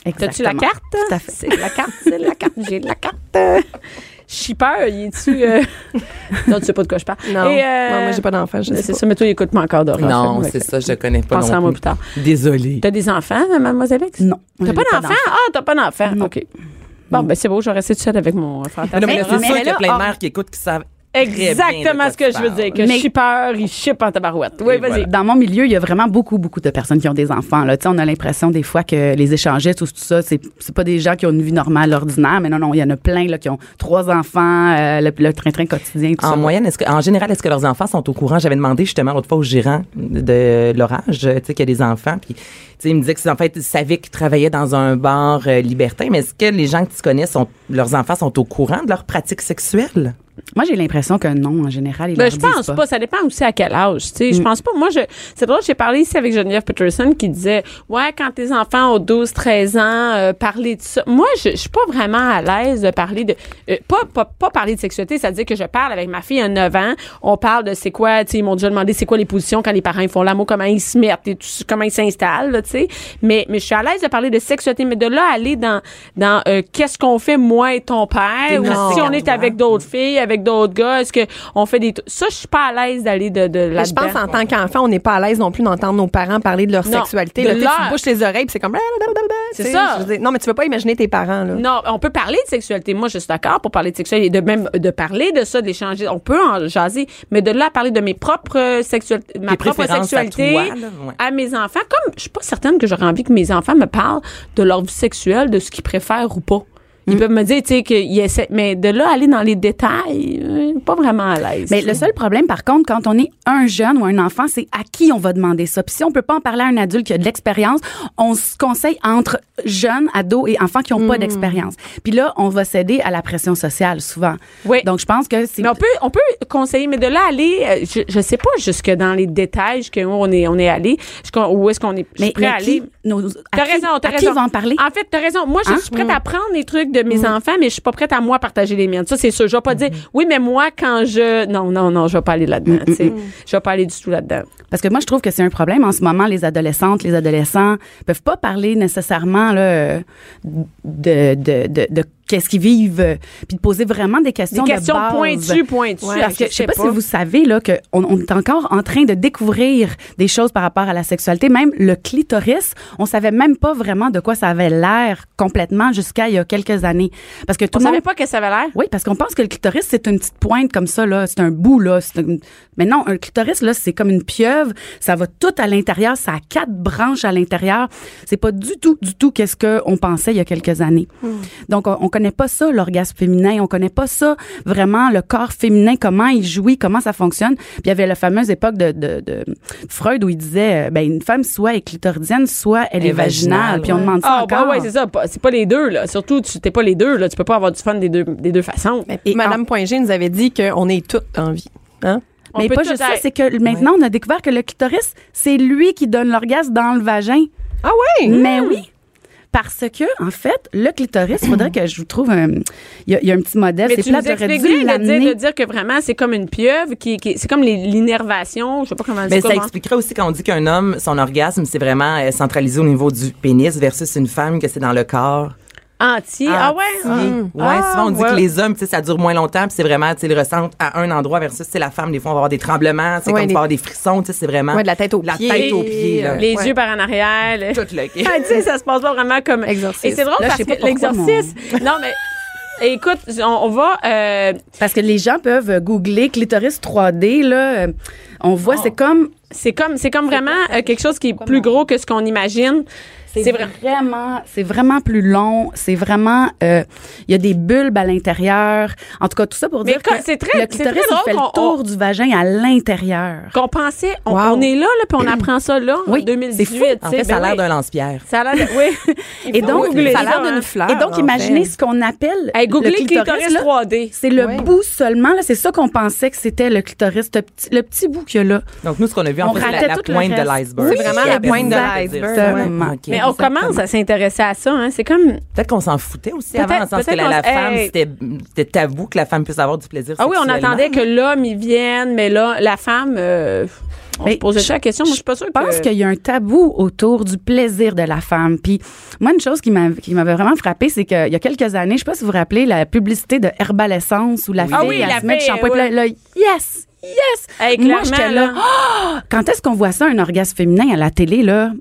Speaker 3: T'as-tu la
Speaker 8: Exactement.
Speaker 3: carte?
Speaker 8: Tout à fait.
Speaker 3: C'est la carte, c'est la carte. J'ai de la carte. Euh, Shipper, il est-tu... euh, Non, tu sais pas de quoi je parle.
Speaker 5: Non,
Speaker 3: Et, euh,
Speaker 5: non, moi, j'ai pas d'enfant, je sais
Speaker 3: C'est
Speaker 5: pas.
Speaker 3: ça, mais toi, écoute-moi encore, Dora.
Speaker 4: Non,
Speaker 3: Fait que-
Speaker 4: c'est ça, je connais pas.
Speaker 3: Pense
Speaker 4: non
Speaker 3: à moi
Speaker 4: plus.
Speaker 3: plus tard.
Speaker 4: Désolée.
Speaker 3: T'as des enfants, euh, mademoiselle X?
Speaker 8: Non.
Speaker 3: T'as
Speaker 8: J'ai
Speaker 3: pas d'enfant? Ah, t'as pas d'enfant.
Speaker 8: Non.
Speaker 3: OK. Bon, ben c'est beau, je vais rester toute seule avec mon frère.
Speaker 4: Mais non, mais
Speaker 8: Mais-
Speaker 4: là, c'est
Speaker 8: mais
Speaker 4: sûr qu'il y
Speaker 8: là,
Speaker 4: a plein
Speaker 8: on-
Speaker 4: de mères qui écoutent qui savent. très bien de
Speaker 3: Exactement
Speaker 4: quoi
Speaker 3: ce que
Speaker 4: tu
Speaker 3: je veux
Speaker 4: parles.
Speaker 3: dire, que
Speaker 8: Mais-
Speaker 3: shipper, il ship en tabarouette. Oui,
Speaker 4: Et
Speaker 3: vas-y.
Speaker 4: voilà.
Speaker 8: Dans mon milieu, il y a vraiment beaucoup, beaucoup de personnes qui ont des enfants. Là. Tu sais, On a l'impression des fois que les échangistes ou tout ça, c'est c'est pas des gens qui ont une vie normale, ordinaire, mais non, non, il y en a plein là, qui ont trois enfants, euh, le le train-train quotidien, tout
Speaker 4: En
Speaker 8: ça.
Speaker 4: moyenne, est-ce que, en général, est-ce que leurs enfants sont au courant? J'avais demandé justement l'autre fois au gérant de l'orage, tu sais, qu'il y a des enfants, puis tu sais, il me disait que ses enfants étaient- savaient qu'ils travaillaient dans un bar euh, libertin, mais est-ce que les gens que tu connais sont, leurs enfants sont au courant de leurs pratiques sexuelles?
Speaker 8: Moi, j'ai l'impression que non, en général, ils
Speaker 3: Ben,
Speaker 8: leur
Speaker 3: je
Speaker 8: disent Mm.
Speaker 3: pense pas. Ça dépend aussi à quel âge. Tu sais, je pense pas. Moi, je, c'est drôle, j'ai parlé ici avec Geneviève Peterson qui disait, ouais, quand tes enfants ont 12, 13 ans, euh, parler de ça. Moi, je, je suis pas vraiment à l'aise de parler de, euh, pas, pas, pas parler de sexualité. C'est-à-dire que je parle avec ma fille à 9 ans. On parle de c'est quoi, tu sais, ils m'ont déjà demandé c'est quoi les positions quand les parents ils font l'amour, comment ils se mettent et tout, comment ils s'installent, là, tu sais. Mais, mais je suis à l'aise de parler de sexualité. Mais de là, à aller dans, dans, euh, qu'est-ce qu'on fait, moi et ton père, ou
Speaker 5: non.
Speaker 3: si on est avec d'autres filles, avec d'autres gars, est-ce que on fait des t- ça je suis pas à l'aise d'aller de, de
Speaker 5: Mais
Speaker 3: là
Speaker 5: je pense en tant qu'enfant, on n'est pas à l'aise non plus d'entendre nos parents parler de leur
Speaker 3: Non,
Speaker 5: sexualité.
Speaker 3: de
Speaker 5: Là, tu sais,
Speaker 3: leur-
Speaker 5: tu bouches les oreilles, puis c'est comme.
Speaker 3: C'est
Speaker 5: Tu sais,
Speaker 3: ça.
Speaker 5: je veux dire, non, mais tu peux pas imaginer tes parents là.
Speaker 3: Non, on peut parler de sexualité. Moi, je suis d'accord pour parler de sexualité et de même de parler de ça, d'échanger. On peut en jaser, mais de là à parler de mes propres sexualités, ma
Speaker 4: Tes
Speaker 3: propre
Speaker 4: préférences à
Speaker 3: sexualité
Speaker 4: toi, là, ouais.
Speaker 3: à mes enfants. Comme je suis pas certaine que j'aurais envie que mes enfants me parlent de leur vie sexuelle, de ce qu'ils préfèrent ou pas.
Speaker 4: Mm.
Speaker 3: Ils peuvent me dire, tu sais, qu'ils essaient, mais de là à aller dans les détails, euh, pas vraiment à l'aise.
Speaker 8: Mais le seul problème, par contre, quand on est un jeune ou un enfant, c'est à qui on va demander ça. Puis si on peut pas en parler à un adulte qui a de l'expérience, on se conseille entre jeunes, ados et enfants qui ont
Speaker 3: Hmm.
Speaker 8: pas d'expérience. Puis là, on va céder à la pression sociale souvent.
Speaker 3: Oui.
Speaker 8: Donc je pense que c'est
Speaker 3: Mais on peut, on peut conseiller, mais de là à aller, euh, je, je sais pas jusque dans les détails, jusque où on est, on est allé, jusqu'à- où est-ce qu'on est, je suis
Speaker 8: mais,
Speaker 3: prêt
Speaker 8: mais
Speaker 3: à
Speaker 8: qui,
Speaker 3: aller.
Speaker 8: nos- à
Speaker 3: T'as
Speaker 8: qui-
Speaker 3: raison, t'as
Speaker 8: à
Speaker 3: raison.
Speaker 8: qui va en parler? Mm.
Speaker 3: En fait, t'as raison. Moi, je
Speaker 8: Hein?
Speaker 3: suis prête à prendre les trucs de mes enfants, mais je suis pas prête à moi partager les miennes. Ça, c'est sûr. Je vais pas
Speaker 8: Mm-hmm.
Speaker 3: dire, oui, mais moi, quand je, non, non, non, je vais pas aller là-dedans, tu sais. Je vais pas aller du tout là-dedans.
Speaker 8: Parce que moi, je trouve que c'est un problème en ce moment. Les adolescentes, les adolescents peuvent pas parler nécessairement là, de, de, de, de qu'est-ce qu'ils vivent, euh, puis de poser vraiment des questions
Speaker 3: Des questions
Speaker 8: de base.
Speaker 3: pointues, pointues.
Speaker 8: parce que je sais pas, si vous
Speaker 3: vous
Speaker 8: savez là que on, on est encore en train de découvrir des choses par rapport à la sexualité, même le clitoris, on savait même pas vraiment de quoi ça avait l'air complètement jusqu'à il y a quelques années, parce que tout
Speaker 3: On
Speaker 8: le monde
Speaker 3: savait pas que ça avait l'air.
Speaker 8: oui, parce qu'on pense que le clitoris, c'est une petite pointe comme ça, là. C'est un bout, là. c'est une- Mais non, un clitoris, là, c'est comme une pieuvre. Ça va tout à l'intérieur. Ça a quatre branches à l'intérieur. C'est pas du tout, du tout qu'est-ce qu'on pensait il y a quelques années.
Speaker 3: Hmm.
Speaker 8: Donc, on, on connaît pas ça, l'orgasme féminin. On connaît pas ça, vraiment, le corps féminin, comment il jouit, comment ça fonctionne. Puis, il y avait la fameuse époque de, de- de Freud où il disait, euh, ben, une femme, soit elle est clitoridienne, soit elle
Speaker 4: Elle
Speaker 8: est
Speaker 4: est vaginale,
Speaker 8: vaginale. Puis, on demande ça
Speaker 3: Ah, bah
Speaker 8: encore.
Speaker 3: ouais, c'est ça. pas- C'est pas les deux, là. Surtout, tu t'es pas les deux, là. Tu peux pas avoir du fun des deux, des deux façons.
Speaker 5: Mais
Speaker 8: Et
Speaker 5: Madame Poingé nous avait dit qu'on est toutes en vie. Hein?
Speaker 3: On
Speaker 8: Mais
Speaker 3: peut
Speaker 8: pas
Speaker 3: tout
Speaker 8: juste ça,
Speaker 3: être.
Speaker 8: c'est que maintenant, on a découvert que le clitoris, c'est lui qui donne l'orgasme dans le vagin.
Speaker 5: Ah
Speaker 3: Mmh.
Speaker 5: oui!
Speaker 8: Mais oui! Parce que, en fait, le clitoris, il faudrait que je vous trouve un. Il y, a- il y a un petit modèle,
Speaker 3: Mais
Speaker 8: c'est
Speaker 3: tu nous
Speaker 8: plate, j'aurais dû
Speaker 3: expliquerais de dire, de
Speaker 8: l'amener.
Speaker 3: dire que vraiment, c'est comme une pieuvre, qui, qui- c'est comme les- l'innervation, je sais pas comment
Speaker 8: Ben,
Speaker 4: Mais
Speaker 3: dire
Speaker 4: Ben, ça expliquerait aussi quand on dit qu'un homme, son orgasme, c'est vraiment euh, centralisé au niveau du pénis versus une femme que c'est dans le corps.
Speaker 3: Entier. Ah ouais?
Speaker 4: entier.
Speaker 3: Ah.
Speaker 4: Ouais, souvent on dit que les hommes, tu sais, ça dure moins longtemps, puis c'est vraiment, tu sais, ils le ressentent à un endroit versus, c'est la femme, des fois on va avoir des tremblements, c'est
Speaker 5: Ouais,
Speaker 4: comme
Speaker 5: des-
Speaker 4: tu vas avoir des frissons, tu sais, c'est vraiment
Speaker 5: Ouais, de la tête aux
Speaker 4: la
Speaker 5: pieds.
Speaker 4: tête aux pieds, là.
Speaker 3: Les
Speaker 5: Ouais.
Speaker 3: yeux par en arrière. le-
Speaker 4: Tout le
Speaker 3: Ah, tu sais, ça se passe pas vraiment comme
Speaker 5: Exorciste.
Speaker 3: Et c'est drôle
Speaker 8: Là, je
Speaker 3: parce
Speaker 8: sais pas
Speaker 3: que
Speaker 8: pourquoi,
Speaker 3: l'exorciste. Non, mais. Écoute, on, on va. euh,
Speaker 8: Parce que les gens peuvent euh, googler clitoris 3D, là. euh, On voit, c'est comme.
Speaker 3: c'est comme, c'est comme vraiment euh, quelque chose qui est plus gros que ce qu'on imagine. C'est vrai.
Speaker 8: vraiment, c'est vraiment plus long. C'est vraiment, euh, il y a des bulbes à l'intérieur. En tout cas, tout ça pour
Speaker 3: Mais
Speaker 8: dire
Speaker 3: quand-
Speaker 8: que
Speaker 3: c'est très-
Speaker 8: le
Speaker 3: c'est très
Speaker 8: clitoris il
Speaker 3: drôle
Speaker 8: fait
Speaker 3: qu'on-
Speaker 8: le tour du vagin à l'intérieur.
Speaker 3: Qu'on pensait, on,
Speaker 5: Wow.
Speaker 3: on est là, là, puis on apprend ça là, en
Speaker 8: Oui,
Speaker 3: 2018.
Speaker 8: c'est fou.
Speaker 4: En
Speaker 3: tu sais,
Speaker 4: fait, ça a
Speaker 3: ben
Speaker 4: l'air
Speaker 3: oui.
Speaker 4: d'un lance-pierre.
Speaker 3: Ça a l'air de- Oui.
Speaker 8: Et donc,
Speaker 3: googler
Speaker 8: ça a
Speaker 3: ça,
Speaker 8: l'air d'une
Speaker 3: hein.
Speaker 8: fleur. Et donc,
Speaker 5: en
Speaker 8: imaginez
Speaker 5: fait.
Speaker 8: ce qu'on appelle
Speaker 3: Hey, googlez
Speaker 8: le clitoris.
Speaker 3: clitoris
Speaker 8: là.
Speaker 3: 3D.
Speaker 8: c'est le
Speaker 5: Ouais.
Speaker 8: bout seulement, là. C'est ça qu'on pensait que c'était le clitoris, le petit, le petit bout qu'il y a là.
Speaker 4: Donc nous, ce qu'on a vu,
Speaker 8: On
Speaker 4: en fait, c'est
Speaker 8: ratait
Speaker 4: la, la
Speaker 8: tout le
Speaker 4: pointe de
Speaker 8: reste.
Speaker 4: l'iceberg.
Speaker 8: Oui,
Speaker 5: C'est vraiment la pointe de l'iceberg.
Speaker 8: Exactement.
Speaker 4: Ok.
Speaker 3: Mais on commence à s'intéresser à ça. Hein. C'est comme.
Speaker 4: Peut-être qu'on s'en foutait aussi
Speaker 3: Peut-être-
Speaker 4: avant, dans le sens que
Speaker 3: peut-être
Speaker 4: la, la
Speaker 3: qu'on s-
Speaker 4: femme,
Speaker 3: Hey.
Speaker 4: c'était c'était tabou que la femme puisse avoir du plaisir
Speaker 3: Ah oui, on
Speaker 4: sexuellement.
Speaker 3: attendait que l'homme y vienne, mais là, la femme. euh, on
Speaker 8: Mais
Speaker 3: se posait ça la question. Moi, je suis pas sûre
Speaker 8: Je pense
Speaker 3: que.
Speaker 8: qu'il y a un tabou autour du plaisir de la femme. Puis moi, une chose qui m'avait qui m'avait vraiment frappée, c'est qu'il y a quelques années, je sais pas si vous vous rappelez la publicité de Herbal Essence où la fille,
Speaker 3: Ah oui,
Speaker 8: elle
Speaker 3: la
Speaker 8: se met du
Speaker 3: fille,
Speaker 8: shampoing, puis
Speaker 3: ouais.
Speaker 8: là, là, yes, yes.
Speaker 3: Hey,
Speaker 8: moi,
Speaker 3: clairement,
Speaker 8: j'étais
Speaker 3: là.
Speaker 8: là, Ah! quand est-ce qu'on voit ça, un orgasme féminin à la télé, là?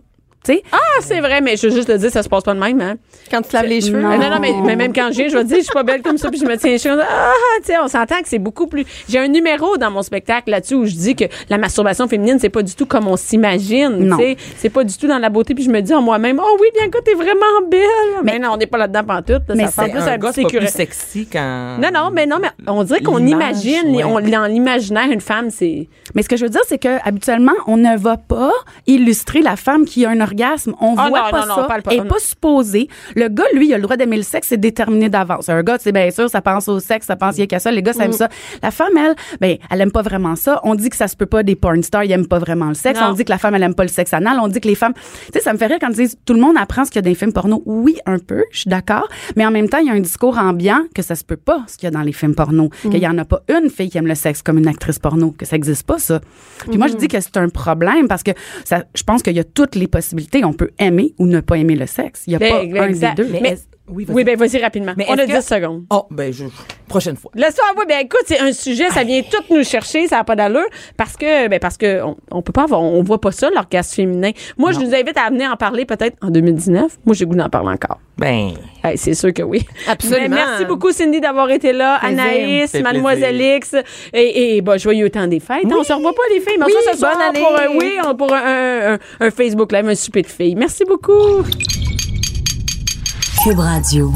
Speaker 8: Tu sais?
Speaker 3: Ah, c'est vrai, mais je veux juste le dire, ça se passe pas de même. Hein.
Speaker 5: Quand tu te laves les cheveux.
Speaker 8: Non.
Speaker 5: là.
Speaker 3: Mais non, non, mais, mais même quand j'ai, je vais dire, je suis pas belle comme ça, puis je me tiens les cheveux. Ah, tu sais, on s'entend que c'est beaucoup plus. J'ai un numéro dans mon spectacle là-dessus où je dis que la masturbation féminine, c'est pas du tout comme on s'imagine.
Speaker 8: Non.
Speaker 3: tu sais. C'est pas du tout dans la beauté, puis je me dis en moi-même, oh oui, bien que t'es vraiment belle. Mais,
Speaker 8: Mais-
Speaker 3: non, on n'est pas là-dedans pantoute. Là,
Speaker 8: Mais
Speaker 3: ça parle
Speaker 8: c'est
Speaker 3: plus à
Speaker 4: Un
Speaker 3: un
Speaker 4: gars,
Speaker 3: petit
Speaker 4: c'est pas plus
Speaker 3: écureuil.
Speaker 4: sexy quand...
Speaker 3: Non, non, mais non, mais on dirait qu'on
Speaker 4: Ah. L'image,
Speaker 3: imagine,
Speaker 4: ouais.
Speaker 3: on, dans l'imaginaire, une femme, c'est.
Speaker 8: Mais ce que je veux dire, c'est que habituellement, on ne va pas illustrer la femme qui a un orgasme. On
Speaker 3: Ah
Speaker 8: voit
Speaker 3: non,
Speaker 8: pas
Speaker 3: non, non, on
Speaker 8: ça.
Speaker 3: parle pas-
Speaker 8: Elle
Speaker 3: non.
Speaker 8: est pas supposée. Le gars, lui, il a le droit d'aimer le sexe, c'est déterminé d'avance. Un gars, c'est bien sûr, ça pense au sexe, ça pense qu'il y a qu'à ça. Les gars, ça
Speaker 3: Mm.
Speaker 8: aime ça. La femme, elle, ben, elle aime pas vraiment ça. On dit que ça se peut pas des porn stars, ils aiment pas vraiment le sexe.
Speaker 3: Non.
Speaker 8: On dit que la femme, elle aime pas le sexe anal. On dit que les femmes, tu sais, ça me fait rire quand ils disent tout le monde apprend ce qu'il y a dans les films porno. Oui, un peu, je suis d'accord. Mais en même temps, il y a un discours ambiant que ça se peut pas ce qu'il y a dans les films porno.
Speaker 3: Mm.
Speaker 8: Qu'il y en a pas une fille qui aime le sexe comme une actrice porno. Que ça existe pas, ça. Puis moi, je
Speaker 3: Mm-hmm.
Speaker 8: dis que c'est un problème parce que ça, je pense qu'il y a toutes les possibilités. On peut aimer ou ne pas aimer le sexe. Il y a pas
Speaker 3: Ben,
Speaker 8: un
Speaker 3: exact.
Speaker 8: des deux.
Speaker 3: Mais-
Speaker 4: Mais est-ce- Oui, vas-y.
Speaker 3: Oui, ben vas-y rapidement.
Speaker 4: Mais
Speaker 3: on a
Speaker 4: est-ce que-
Speaker 3: 10 secondes.
Speaker 4: Oh, ben, je... prochaine fois.
Speaker 3: Le soir, oui, ben écoute, c'est un sujet, ça vient tout nous chercher, ça n'a pas d'allure, parce que, ben parce que on, on peut pas avoir, on voit pas ça, l'orgasme féminin. Moi, je vous invite à venir en parler peut-être en 2019. Moi, j'ai le goût d'en parler encore.
Speaker 4: Ben...
Speaker 3: Hey, c'est sûr que oui. Mais
Speaker 5: Absolument.
Speaker 3: merci beaucoup, Cindy, d'avoir été là.
Speaker 4: Plaisir.
Speaker 3: Anaïs,
Speaker 4: Fait
Speaker 3: Mademoiselle X. Et, et bon, joyeux temps des fêtes. On se revoit pas, les filles. Mais
Speaker 5: Oui,
Speaker 3: on se revoit
Speaker 5: bonne année.
Speaker 3: pour, un, oui, on- pour un, un- un- un Facebook Live, un souper de filles. Merci beaucoup.
Speaker 1: Cube Radio.